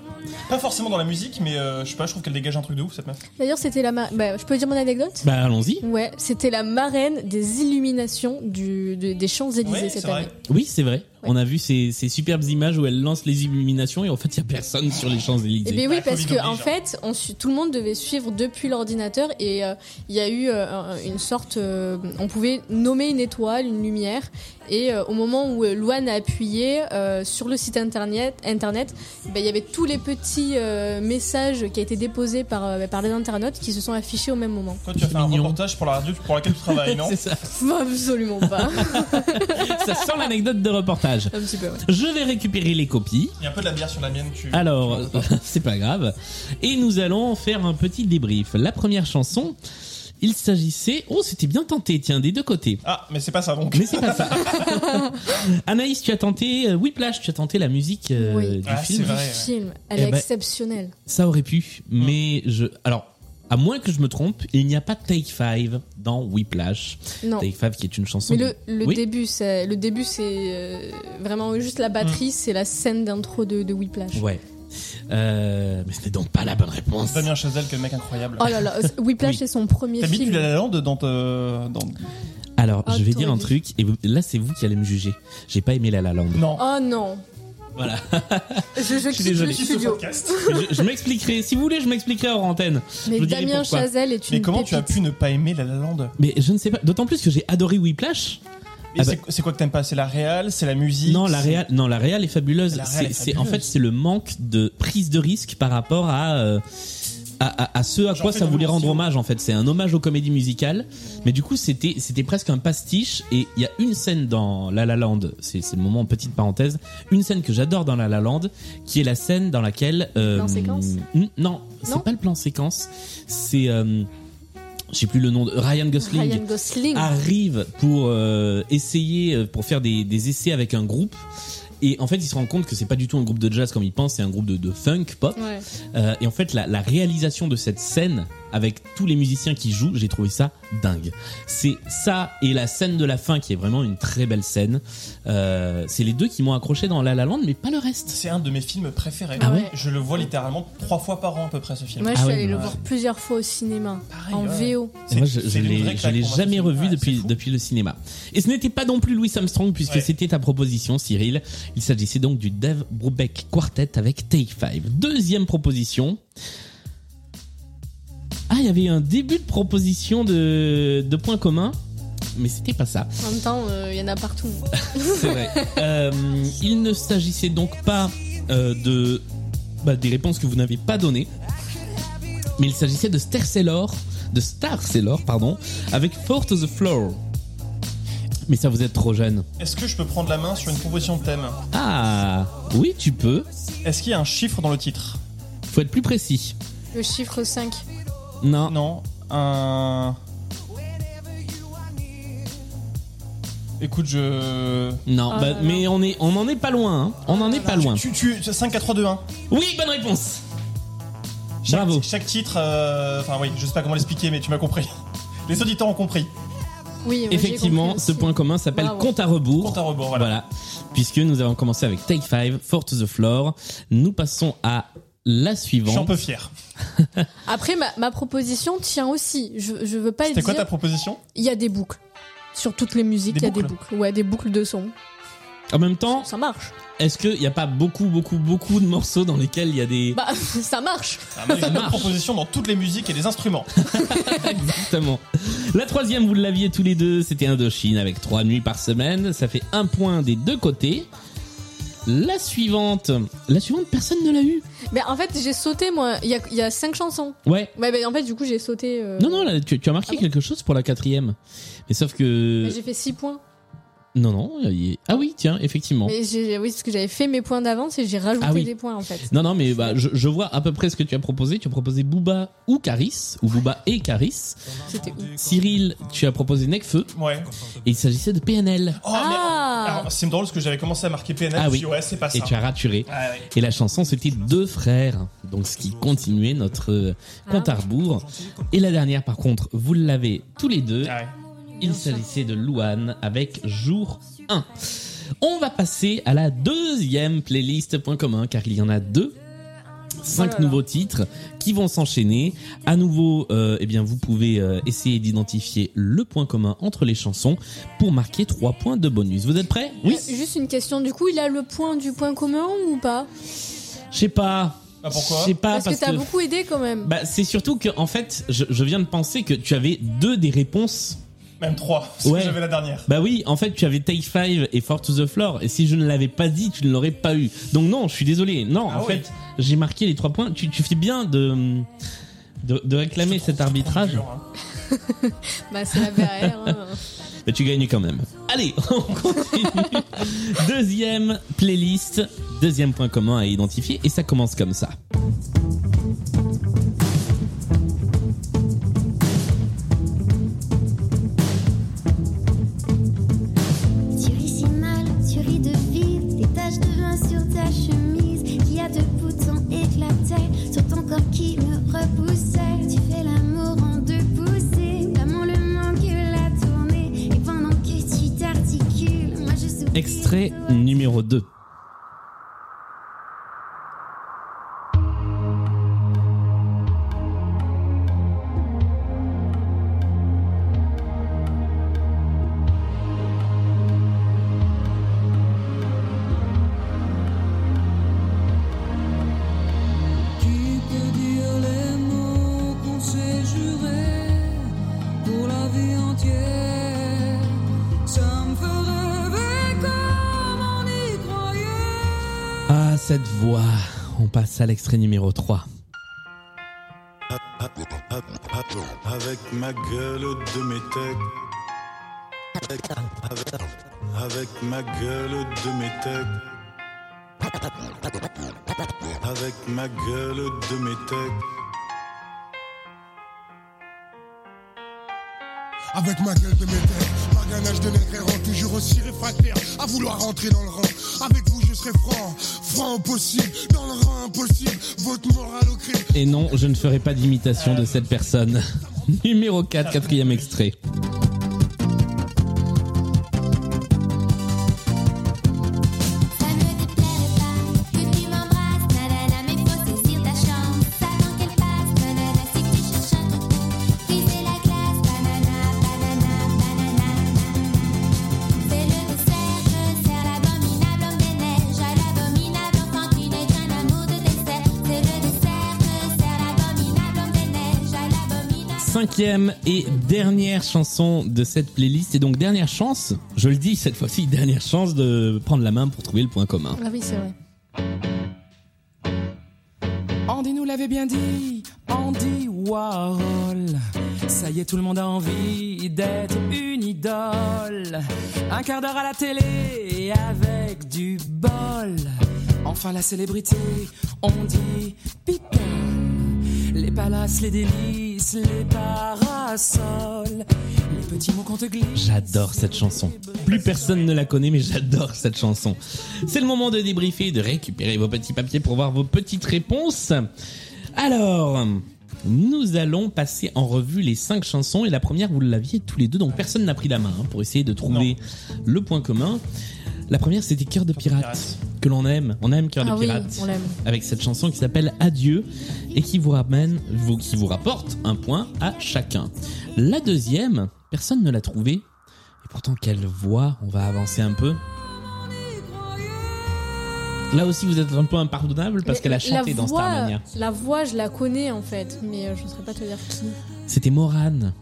Speaker 3: Pas forcément dans la musique, mais euh, je sais pas, je trouve qu'elle dégage un truc de ouf cette meuf.
Speaker 4: D'ailleurs, c'était la. ma- Bah, je peux dire mon anecdote
Speaker 2: bah allons-y.
Speaker 4: Ouais, c'était la marraine des illuminations du, de- des Champs-Élysées cette année.
Speaker 2: Oui, c'est vrai. On a vu ces, ces superbes images où elle lance les illuminations et en fait, il n'y a personne sur les Champs-Élysées.
Speaker 4: Et bien Eh ben oui, parce que en fait, on su- tout le monde devait suivre depuis l'ordinateur et euh, il y a eu euh, une sorte, euh, on pouvait nommer une étoile, une lumière, et euh, au moment où euh, Loane a appuyé euh, sur le site internet, internet, ben, il y avait tous les petits euh, messages qui a été déposés par euh, par les internautes qui se sont affichés au même moment.
Speaker 3: Toi, tu as fait un reportage pour la radio pour laquelle tu travailles, non
Speaker 2: C'est ça.
Speaker 4: Absolument pas.
Speaker 2: Ça sent l'anecdote de reportage.
Speaker 4: Un petit peu. ouais.
Speaker 2: Je vais récupérer les copies.
Speaker 3: Il y a un peu de la bière sur la mienne, tu.
Speaker 2: Alors, c'est pas grave. Et nous allons faire un petit débrief. La première chanson, il s'agissait... Oh, c'était bien tenté, tiens, des deux côtés.
Speaker 3: Ah, mais c'est pas ça donc.
Speaker 2: Mais c'est pas ça. Anaïs, tu as tenté... euh, Whiplash, tu as tenté la musique euh,
Speaker 4: Oui.
Speaker 2: du
Speaker 3: Ah, c'est
Speaker 2: film.
Speaker 3: vrai,
Speaker 4: Le film, elle
Speaker 2: Eh
Speaker 4: est
Speaker 2: ben,
Speaker 4: exceptionnelle.
Speaker 2: Ça aurait pu,
Speaker 4: Mm.
Speaker 2: mais je... Alors... À moins que je me trompe, il n'y a pas Take 5 dans Whiplash.
Speaker 4: Non.
Speaker 2: Take 5 qui est une chanson.
Speaker 4: Mais
Speaker 2: de-
Speaker 4: le, le
Speaker 2: Oui.
Speaker 4: début, c'est le
Speaker 2: Mm.
Speaker 4: début, c'est euh, vraiment juste la batterie, c'est la scène d'intro de, de Whiplash.
Speaker 2: Ouais. Euh, mais ce n'est donc pas la bonne réponse.
Speaker 3: Damien Chazelle, quel mec incroyable.
Speaker 4: Oh là là, euh, Whiplash c'est son premier
Speaker 3: T'as mis du
Speaker 4: film.
Speaker 3: La La Land dans, te- dans-
Speaker 2: Alors,
Speaker 4: Ah,
Speaker 2: je vais dire
Speaker 4: t'aurais
Speaker 2: un
Speaker 4: dit.
Speaker 2: truc, et vous- là, c'est vous qui allez me juger. J'ai pas aimé La La Land.
Speaker 3: Non.
Speaker 4: Oh non.
Speaker 2: Voilà.
Speaker 4: Je, je,
Speaker 2: suis
Speaker 4: quitte
Speaker 2: désolé.
Speaker 4: le
Speaker 2: Quitte ce
Speaker 4: studio.
Speaker 2: je je m'expliquerai, si vous voulez, je m'expliquerai hors antenne.
Speaker 4: Mais
Speaker 2: Je vous dirai
Speaker 4: Damien
Speaker 2: pourquoi.
Speaker 4: Chazelle est une
Speaker 3: Mais comment tu as
Speaker 4: pépite.
Speaker 3: pu ne pas aimer La La Land
Speaker 2: Mais je ne sais pas, d'autant plus que j'ai adoré Whiplash.
Speaker 3: Mais c'est- c'est quoi que t'aimes pas C'est la réal, c'est bah. la musique
Speaker 2: Non, la
Speaker 3: c'est-
Speaker 2: réal, non, la réal est fabuleuse.
Speaker 3: La réal
Speaker 2: C'est
Speaker 3: est
Speaker 2: c'est- en fait
Speaker 3: fabuleuse.
Speaker 2: c'est le manque de prise de risque par rapport à euh, à, à- à ce à
Speaker 3: J'en
Speaker 2: quoi
Speaker 3: fais
Speaker 2: ça
Speaker 3: dans
Speaker 2: voulait
Speaker 3: mon
Speaker 2: rendre
Speaker 3: stylo.
Speaker 2: hommage. En fait, c'est un hommage aux comédies musicales, mais du coup c'était c'était presque un pastiche. Et il y a une scène dans La La Land, c'est c'est le moment petite parenthèse, une scène que j'adore dans La La Land, qui est la scène dans laquelle euh,
Speaker 4: Plan séquence
Speaker 2: n- non,
Speaker 4: Non
Speaker 2: c'est pas le plan séquence, c'est euh, je sais plus le nom de Ryan Gosling
Speaker 4: Ryan Gosling.
Speaker 2: Ah. arrive pour euh, essayer, euh, pour faire des, des essais avec un groupe. Et en fait, il se rend compte que c'est pas du tout un groupe de jazz comme il pense, c'est un groupe de, de funk pop.
Speaker 4: Ouais.
Speaker 2: Euh, et en fait, la, la réalisation de cette scène avec tous les musiciens qui jouent, j'ai trouvé ça dingue. C'est ça et la scène de la fin qui est vraiment une très belle scène. Euh, c'est les deux qui m'ont accroché dans La La Land, mais pas le reste.
Speaker 3: C'est un de mes films préférés.
Speaker 2: Ah ouais
Speaker 3: Je le vois littéralement trois fois par an à peu près ce film.
Speaker 4: Moi, je suis
Speaker 2: Ah ouais,
Speaker 4: allée le
Speaker 2: ouais. Ah
Speaker 4: voir plusieurs fois au cinéma, en
Speaker 3: ouais.
Speaker 4: VO.
Speaker 2: Et moi, je,
Speaker 3: c'est
Speaker 2: je
Speaker 3: une
Speaker 2: l'ai-
Speaker 3: vraie
Speaker 2: je l'ai
Speaker 3: claque pour moi,
Speaker 2: jamais
Speaker 3: ce film.
Speaker 2: revu
Speaker 3: Ouais,
Speaker 2: depuis, depuis le cinéma. Et ce n'était pas non plus Louis Armstrong, puisque
Speaker 3: Ouais.
Speaker 2: c'était ta proposition, Cyril. Il s'agissait donc du Dave Brubeck Quartet avec Take 5. Deuxième proposition. Ah, il y avait un début de proposition de, de point commun, mais c'était pas ça.
Speaker 4: En même temps, euh, il y en a partout.
Speaker 2: C'est vrai. Euh, il ne s'agissait donc pas euh, de bah, des réponses que vous n'avez pas données, mais il s'agissait de Stercelor, de Starcelor, pardon, avec Fort to the Floor. Mais ça, vous êtes trop jeune.
Speaker 3: Est-ce que je peux prendre la main sur une proposition de thème
Speaker 2: Ah, oui, tu peux.
Speaker 3: Est-ce qu'il y a un chiffre dans le titre
Speaker 2: Faut être plus précis.
Speaker 4: Le chiffre 5.
Speaker 2: Non.
Speaker 3: Non. Un. Écoute, je.
Speaker 2: Non,
Speaker 4: Ah
Speaker 2: bah,
Speaker 4: là là.
Speaker 2: mais on est, on en est pas loin. hein. On en est pas loin.
Speaker 3: Tu, tu, 5 4 3 2 1.
Speaker 2: Oui, bonne réponse.
Speaker 3: Chaque,
Speaker 2: Bravo.
Speaker 3: Chaque titre. euh, Enfin, oui, je sais pas comment l'expliquer, mais tu m'as compris. Les auditeurs ont compris.
Speaker 4: Oui, j'ai
Speaker 2: Effectivement,
Speaker 4: compris
Speaker 2: ce
Speaker 4: aussi.
Speaker 2: point commun s'appelle
Speaker 4: Bravo.
Speaker 2: compte à rebours.
Speaker 3: Compte à rebours, voilà.
Speaker 2: Voilà. Puisque nous avons commencé avec Take 5, Fort to the Floor. Nous passons à la
Speaker 3: Je suis un
Speaker 2: suivante.
Speaker 3: peu fier.
Speaker 4: Ah, Après, ma, ma proposition tient aussi. Je, je veux pas le
Speaker 3: C'était quoi ta
Speaker 4: dire.
Speaker 3: proposition
Speaker 4: Il y a des boucles. Sur toutes les musiques,
Speaker 3: Des
Speaker 4: il y a des
Speaker 3: boucles
Speaker 4: boucles. Ouais, des boucles de son.
Speaker 2: En même temps,
Speaker 4: Ça marche.
Speaker 2: est-ce qu'il n'y a pas beaucoup, beaucoup, beaucoup de morceaux dans lesquels il y a des.
Speaker 4: Bah, ça marche.
Speaker 3: Ah, moi, J'ai
Speaker 2: Ça
Speaker 3: une
Speaker 2: marche.
Speaker 3: proposition dans toutes les musiques et les instruments.
Speaker 2: Exactement. La troisième, vous l'aviez tous les deux, c'était Indochine avec trois nuits par semaine. Ça fait un point des deux côtés. La suivante. La suivante, personne ne l'a eu.
Speaker 4: Mais en fait, j'ai sauté, moi. Il y a, il y a cinq chansons.
Speaker 2: Ouais.
Speaker 4: Ouais, bah, en fait, du coup, j'ai sauté. euh,
Speaker 2: Non, non, là, tu, tu as marqué quelque chose pour la quatrième. Mais sauf que.
Speaker 4: mais bah, J'ai fait 6 points.
Speaker 2: Non, non. il y- Ah oui, tiens, effectivement.
Speaker 4: Mais j'ai- oui, parce que j'avais fait mes points d'avance et j'ai rajouté
Speaker 2: Ah oui.
Speaker 4: des points en fait.
Speaker 2: Non, non, mais bah, je, je vois à peu près ce que tu as proposé. Tu as proposé Booba ou Caris, ou Booba et Caris.
Speaker 4: C'était où
Speaker 2: Cyril, tu as proposé Necfeu,
Speaker 3: Ouais.
Speaker 2: et il s'agissait de PNL.
Speaker 3: Oh, mais.
Speaker 4: Ah
Speaker 3: Alors, c'est drôle parce que j'avais commencé à marquer PNL.
Speaker 2: Ah
Speaker 3: je me
Speaker 2: oui.
Speaker 3: suis dit, ouais, c'est pas ça.
Speaker 2: Et tu as raturé.
Speaker 3: Ah Ouais, ouais.
Speaker 2: Et la chanson, c'était Deux frères. Donc, ce qui continuait notre euh, compte à rebours. Et la dernière, par contre, vous l'avez tous les deux.
Speaker 3: Ah ouais.
Speaker 2: Il s'agissait de Louane avec Jour 1. On va passer à la deuxième playlist point commun, car il y en a deux. Cinq
Speaker 4: Oh là là.
Speaker 2: nouveaux titres qui vont s'enchaîner. À nouveau, euh, eh bien, vous pouvez euh, essayer d'identifier le point commun entre les chansons pour marquer trois points de bonus. Vous êtes prêts Oui.
Speaker 4: Euh, Juste une question, du coup, il a le point du point commun ou pas
Speaker 2: Je sais pas.
Speaker 3: Ah, pourquoi
Speaker 2: Je sais pas
Speaker 4: Parce que t'as beaucoup aidé quand même.
Speaker 2: Bah, c'est surtout que en fait, je, je viens de penser que tu avais deux des réponses.
Speaker 3: Même 3. Parce
Speaker 2: Ouais.
Speaker 3: que j'avais la dernière.
Speaker 2: Bah oui, en fait, tu avais Take 5 et Fort to the Floor. Et si je ne l'avais pas dit, tu ne l'aurais pas eu. Donc non, je suis désolé. Non,
Speaker 3: Ah
Speaker 2: en
Speaker 3: oui.
Speaker 2: fait, j'ai marqué les trois points. Tu, tu fais bien de de, de réclamer cet arbitrage.
Speaker 3: Dur, hein.
Speaker 4: Bah, c'est la VAR. hein.
Speaker 2: Mais tu gagnes quand même. Allez, on continue. deuxième playlist, deuxième point commun à identifier. Et ça commence comme ça.
Speaker 12: Tu ris si mal, tu ris de vide, des taches de vin sur ta chemise, qui a de boutons éclatés, sur ton corps qui me repoussait. Tu fais l'amour en deux poussées, vraiment le manque la tournée, et pendant que tu t'articules, moi je soupire.
Speaker 2: Extrait numéro 2.
Speaker 1: rêver comme on y croyait.
Speaker 2: Ah, cette voix. On passe à l'extrait numéro 3.
Speaker 13: Avec ma gueule de métèque. Avec, avec ma gueule de métèque. Avec ma gueule de métèque.
Speaker 14: Avec ma gueule de métèque, ma ganache de nègre errant, toujours aussi réfractaire à vouloir rentrer dans le rang. Avec vous, je serai franc, franc impossible, dans le rang impossible, votre morale au crime.
Speaker 2: Et non, je ne ferai pas d'imitation de cette personne. Numéro 4, quatrième extrait.
Speaker 12: Ça ne te plaît pas que tu m'embrasses, nanana, mais faut saisir ta chance. Avant qu'elle passe, nanana, si tu cherches un truc pour briser la glace, banana, banana, banana. C'est le dessert, je sers l'abominable homme des neiges, à l'abominable enfant qui n'est qu'un amour de dessert. C'est le dessert, je sers l'abominable homme des neiges, à l'abominable.
Speaker 2: Cinquième et dernière chanson de cette playlist. Et donc, dernière chance, je le dis cette fois-ci, dernière chance de prendre la main pour trouver le point commun.
Speaker 4: Ah oui, c'est vrai.
Speaker 5: Andy nous l'avait bien dit, Andy Warhol. Ça y est, tout le monde a envie d'être une idole. Un quart d'heure à la télé et avec du bol. Enfin la célébrité, on dit people. Les palaces, les délices, les parasols. Les petits mots qu'on te glisse.
Speaker 2: J'adore cette chanson. Plus personne ne la connaît, mais j'adore cette chanson. C'est le moment de débriefer et de récupérer vos petits papiers pour voir vos petites réponses. Alors, nous allons passer en revue les cinq chansons. Et la première, vous l'aviez tous les deux, donc personne n'a pris la main hein, pour essayer de trouver le point commun. La première, c'était Cœur de pirate, que l'on aime. On aime Cœur
Speaker 4: Ah
Speaker 2: de
Speaker 4: oui,
Speaker 2: pirate
Speaker 4: on l'aime.
Speaker 2: avec cette chanson qui s'appelle Adieu et qui vous ramène, vous- qui vous rapporte un point à chacun. La deuxième, personne ne l'a trouvée. Et pourtant, quelle voix On va avancer un peu. Là aussi, vous êtes un peu impardonnable parce
Speaker 4: Mais
Speaker 2: qu'elle a
Speaker 4: la
Speaker 2: chanté dans
Speaker 4: voix-
Speaker 2: Starmania.
Speaker 4: La voix, je la connais en fait, mais euh, je ne saurais pas te dire qui.
Speaker 2: C'était Morane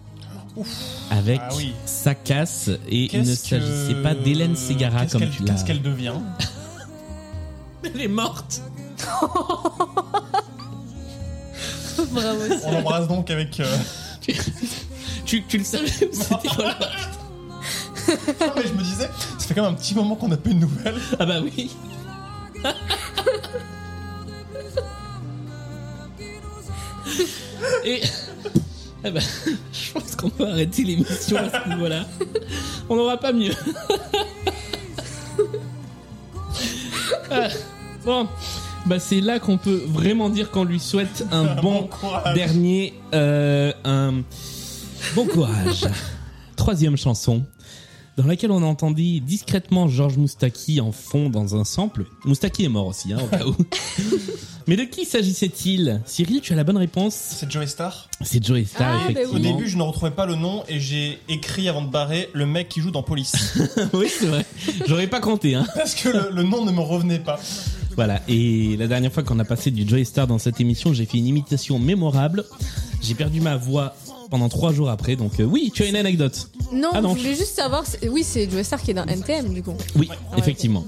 Speaker 2: avec
Speaker 3: Ah oui.
Speaker 2: sa casse et il ne
Speaker 3: Qu'est-ce
Speaker 2: s'agissait
Speaker 3: que-
Speaker 2: pas d'Hélène Ségara
Speaker 3: qu'est-ce
Speaker 2: comme
Speaker 3: qu'elle-
Speaker 2: tu l'as.
Speaker 3: Qu'est-ce qu'elle devient
Speaker 2: Elle est morte.
Speaker 4: Bravo.
Speaker 3: On l'embrasse donc avec. euh,
Speaker 2: Tu, tu le savais C'était pas là.
Speaker 3: Non, mais je me disais, ça fait quand même un petit moment qu'on n'a pas eu de nouvelles.
Speaker 2: Ah bah oui. Et. Ah bah, je pense qu'on peut arrêter l'émission à ce niveau-là. On n'aura pas mieux. Ah, bon, bah c'est là qu'on peut vraiment dire qu'on lui souhaite un, bon, dernier. euh, un bon courage. Troisième chanson, dans laquelle on entendit discrètement Georges Moustaki en fond dans un sample. Moustaki est mort aussi, hein, au cas où. Mais de qui s'agissait-il Cyril, tu as la bonne réponse. C'est
Speaker 3: Joey Star
Speaker 2: C'est Joey Star,
Speaker 3: Au
Speaker 2: effectivement.
Speaker 3: début, je ne retrouvais pas le nom et j'ai écrit avant de barrer le mec qui joue dans Police.
Speaker 2: oui, c'est vrai. J'aurais pas compté, hein.
Speaker 3: Parce que le, le nom ne me revenait pas.
Speaker 2: Voilà, et la dernière fois qu'on a passé du Joy Star dans cette émission, j'ai fait une imitation mémorable. J'ai perdu ma voix pendant trois jours après, donc euh, oui, tu as une anecdote.
Speaker 4: Non,
Speaker 2: Ah non.
Speaker 4: je voulais juste savoir. c'est- Oui, c'est Joe Star qui est dans NTM du coup.
Speaker 2: Oui, effectivement.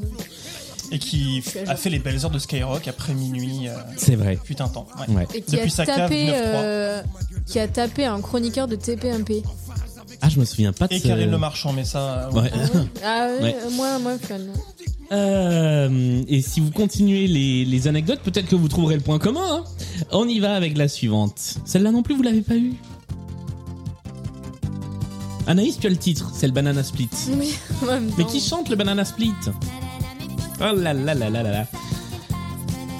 Speaker 3: Et qui f- a fait les belles heures de Skyrock après minuit. euh,
Speaker 2: C'est vrai.
Speaker 3: Putain, temps. Ouais.
Speaker 2: Ouais.
Speaker 4: Et qui
Speaker 3: Depuis
Speaker 4: a
Speaker 3: sa cave
Speaker 4: tapé,
Speaker 3: 9-3.
Speaker 4: euh, qui a tapé un chroniqueur de TPMP.
Speaker 2: Ah, je me souviens pas de
Speaker 3: Et
Speaker 2: ce-
Speaker 3: Karine Le Marchand, mais ça. euh,
Speaker 2: Ouais.
Speaker 4: Ah oui,
Speaker 2: Ouais.
Speaker 4: euh, moi, moi, fun.
Speaker 2: Euh, et si vous continuez les, les anecdotes, peut-être que vous trouverez le point commun. hein. On y va avec la suivante. Celle-là non plus, vous l'avez pas eu. Anaïs, tu as le titre, c'est le Banana Split.
Speaker 4: Mais, en même
Speaker 2: Mais
Speaker 4: temps,
Speaker 2: qui chante le Banana Split Oh là là là là là là.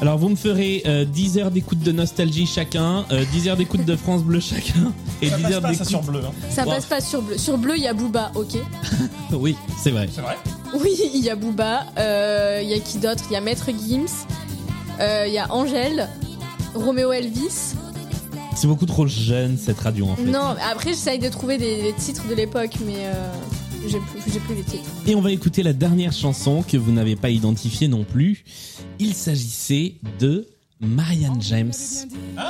Speaker 2: Alors vous me ferez euh, 10 heures d'écoute de nostalgie chacun, euh, 10 heures d'écoute de France Bleu chacun, et
Speaker 3: Ça
Speaker 2: 10
Speaker 3: passe
Speaker 2: heures
Speaker 3: pas, ça,
Speaker 2: d'écoute
Speaker 3: sur Bleu, hein.
Speaker 4: Ça
Speaker 2: Wow.
Speaker 4: passe pas sur bleu. Sur bleu, il y a Booba, ok.
Speaker 2: Oui, c'est vrai.
Speaker 3: C'est vrai.
Speaker 4: Oui, il y a Booba. euh, Il y a qui d'autre Il y a Maître Gims. euh, Il y a Angèle. Roméo Elvis.
Speaker 2: C'est beaucoup trop jeune cette radio en fait.
Speaker 4: Non, après, j'essaye de trouver des, des titres de l'époque, mais euh, j'ai plus, j'ai plus les titres.
Speaker 2: Et on va écouter la dernière chanson que vous n'avez pas identifiée non plus. Il s'agissait de Marianne James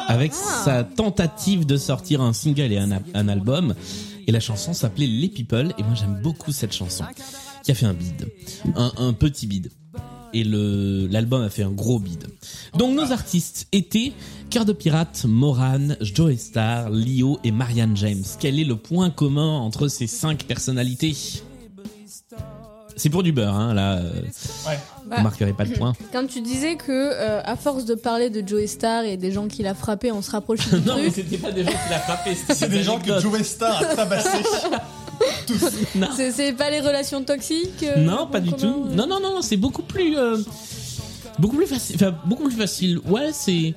Speaker 2: avec sa tentative de sortir un single et un, a- un album. Et la chanson s'appelait Les People et moi j'aime beaucoup cette chanson. qui a fait un bid, un, un petit bid. Et le l'album a fait un gros bid. Donc nos artistes étaient Cœur de Pirate, Moran, Joe Star, Lio et Marianne James. Quel est le point commun entre ces cinq personnalités C'est pour du beurre, hein, là. euh,
Speaker 4: Bah,
Speaker 2: Vous marquerez pas le point.
Speaker 4: Quand tu disais que, euh, à force de parler de Joey Star et des gens qui l'a frappé, on se rapproche du
Speaker 2: Non, mais
Speaker 4: truc.
Speaker 2: c'était pas des gens qui l'a frappé, c'était
Speaker 3: C'est des gens que Joe Star a tabassé.
Speaker 2: Non.
Speaker 4: C'est- C'est pas les relations toxiques euh,
Speaker 2: Non,
Speaker 4: le
Speaker 2: pas du
Speaker 4: point commun,
Speaker 2: tout.
Speaker 4: euh.
Speaker 2: Non, non, non, c'est beaucoup plus, euh, beaucoup plus facile. Enfin, beaucoup plus facile. Ouais, c'est.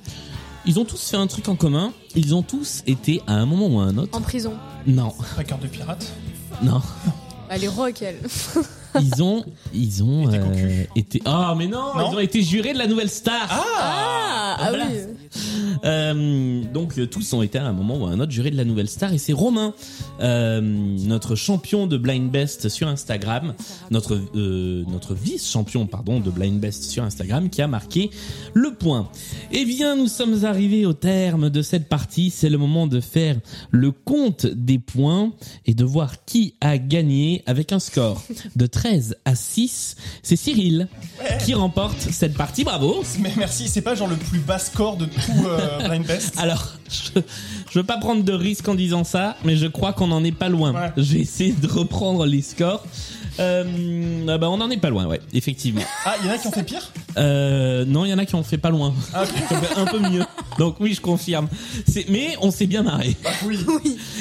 Speaker 2: Ils ont tous fait un truc en commun. Ils ont tous été à un moment ou à un autre.
Speaker 4: euh, En prison.
Speaker 2: Non,
Speaker 3: Pas cœur de pirate.
Speaker 2: non.
Speaker 4: Elle est rock, elle.
Speaker 2: Ils ont, ils ont euh, été. Ah, mais non,
Speaker 4: Non.
Speaker 2: ils ont été jurés de la nouvelle star.
Speaker 4: Ah, ah
Speaker 2: bah Voilà.
Speaker 4: oui.
Speaker 2: Euh, donc euh, tous ont été à un moment ou à un autre jurés de la nouvelle star et c'est Romain, euh, notre champion de Blind Best sur Instagram, notre euh, notre vice champion pardon de Blind Best sur Instagram qui a marqué le point. Eh bien nous sommes arrivés au terme de cette partie, c'est le moment de faire le compte des points et de voir qui a gagné avec un score de 13 à 6. C'est Cyril qui remporte cette partie. Bravo.
Speaker 3: Mais merci, c'est pas genre le plus bas score de tout euh, Blind Best.
Speaker 2: Alors, je, je veux pas prendre de risque en disant ça, mais je crois qu'on en est pas loin.
Speaker 3: Ouais.
Speaker 2: J'ai essayé de reprendre les scores. Euh, ah bah on en est pas loin, ouais, effectivement.
Speaker 3: Ah, il y en a qui ont fait pire
Speaker 2: Euh, non, il y en a qui ont fait pas loin. un peu mieux. Donc oui, je confirme. C'est- Mais on s'est bien marré.
Speaker 3: Bah Oui.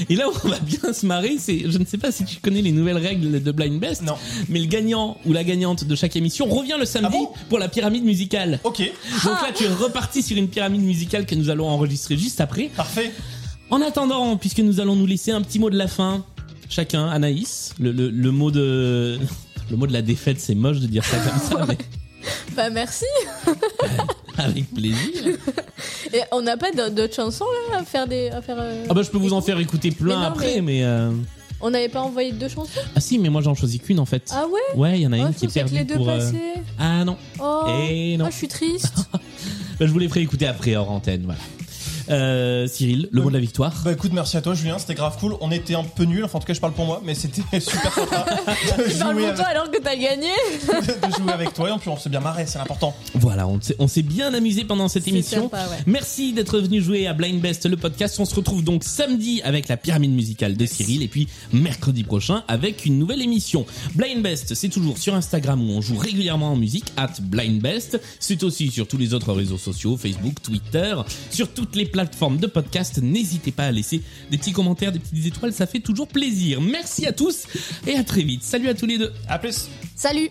Speaker 2: Et là, on va bien se marrer. C'est, je ne sais pas si tu connais les nouvelles règles de Blind Best. Non. Mais le gagnant ou la gagnante de chaque émission revient le samedi pour la pyramide musicale.
Speaker 3: Ok.
Speaker 2: Donc là, tu es reparti sur une pyramide musicale que nous allons enregistrer juste après.
Speaker 3: Parfait.
Speaker 2: En attendant, puisque nous allons nous laisser un petit mot de la fin, chacun, Anaïs, le, le, le mot de, le mot de la défaite, c'est moche de dire ça comme ça, mais
Speaker 4: Bah merci.
Speaker 2: avec plaisir.
Speaker 4: Et on n'a pas d- d'autres chansons là à faire des. À faire, euh,
Speaker 2: Ah bah je peux vous en faire écouter plein
Speaker 4: Mais non,
Speaker 2: après,
Speaker 4: mais-
Speaker 2: mais... euh,
Speaker 4: On n'avait pas envoyé deux chansons
Speaker 2: Ah si, mais moi j'en choisis qu'une en fait.
Speaker 4: Ah ouais
Speaker 2: Ouais, il y en a
Speaker 4: Oh,
Speaker 2: une
Speaker 4: je
Speaker 2: qui est
Speaker 4: pensais que
Speaker 2: perdue
Speaker 4: les deux
Speaker 2: pour... euh,
Speaker 4: passaient.
Speaker 2: Ah non.
Speaker 4: Oh,
Speaker 2: Et non.
Speaker 4: Ah, je suis triste.
Speaker 2: Bah, je vous les ferai écouter après hors antenne, voilà. Euh, Cyril, le mot de la victoire
Speaker 3: Bah écoute, merci à toi Julien, c'était grave cool. On était un peu nuls, enfin en tout cas je parle pour moi, mais c'était super sympa de,
Speaker 4: Tu parles
Speaker 3: jouer
Speaker 4: pour toi
Speaker 3: avec,
Speaker 4: alors que t'as gagné
Speaker 3: de jouer avec toi et en plus on s'est bien marré, c'est l'important.
Speaker 2: Voilà, on s'est- on s'est bien amusé pendant cette
Speaker 3: C'est
Speaker 2: émission.
Speaker 3: sympa, ouais.
Speaker 2: Merci d'être venu jouer à Blind Best, le podcast. On se retrouve donc samedi avec la pyramide musicale de Cyril et puis mercredi prochain avec une nouvelle émission. Blind Best, c'est toujours sur Instagram où on joue régulièrement en musique, at Blind Best. C'est aussi sur tous les autres réseaux sociaux, Facebook, Twitter, sur toutes les plateformes de podcast. N'hésitez pas à laisser des petits commentaires, des petites étoiles, ça fait toujours plaisir. Merci à tous et à très vite. Salut à tous les deux.
Speaker 3: À plus.
Speaker 4: Salut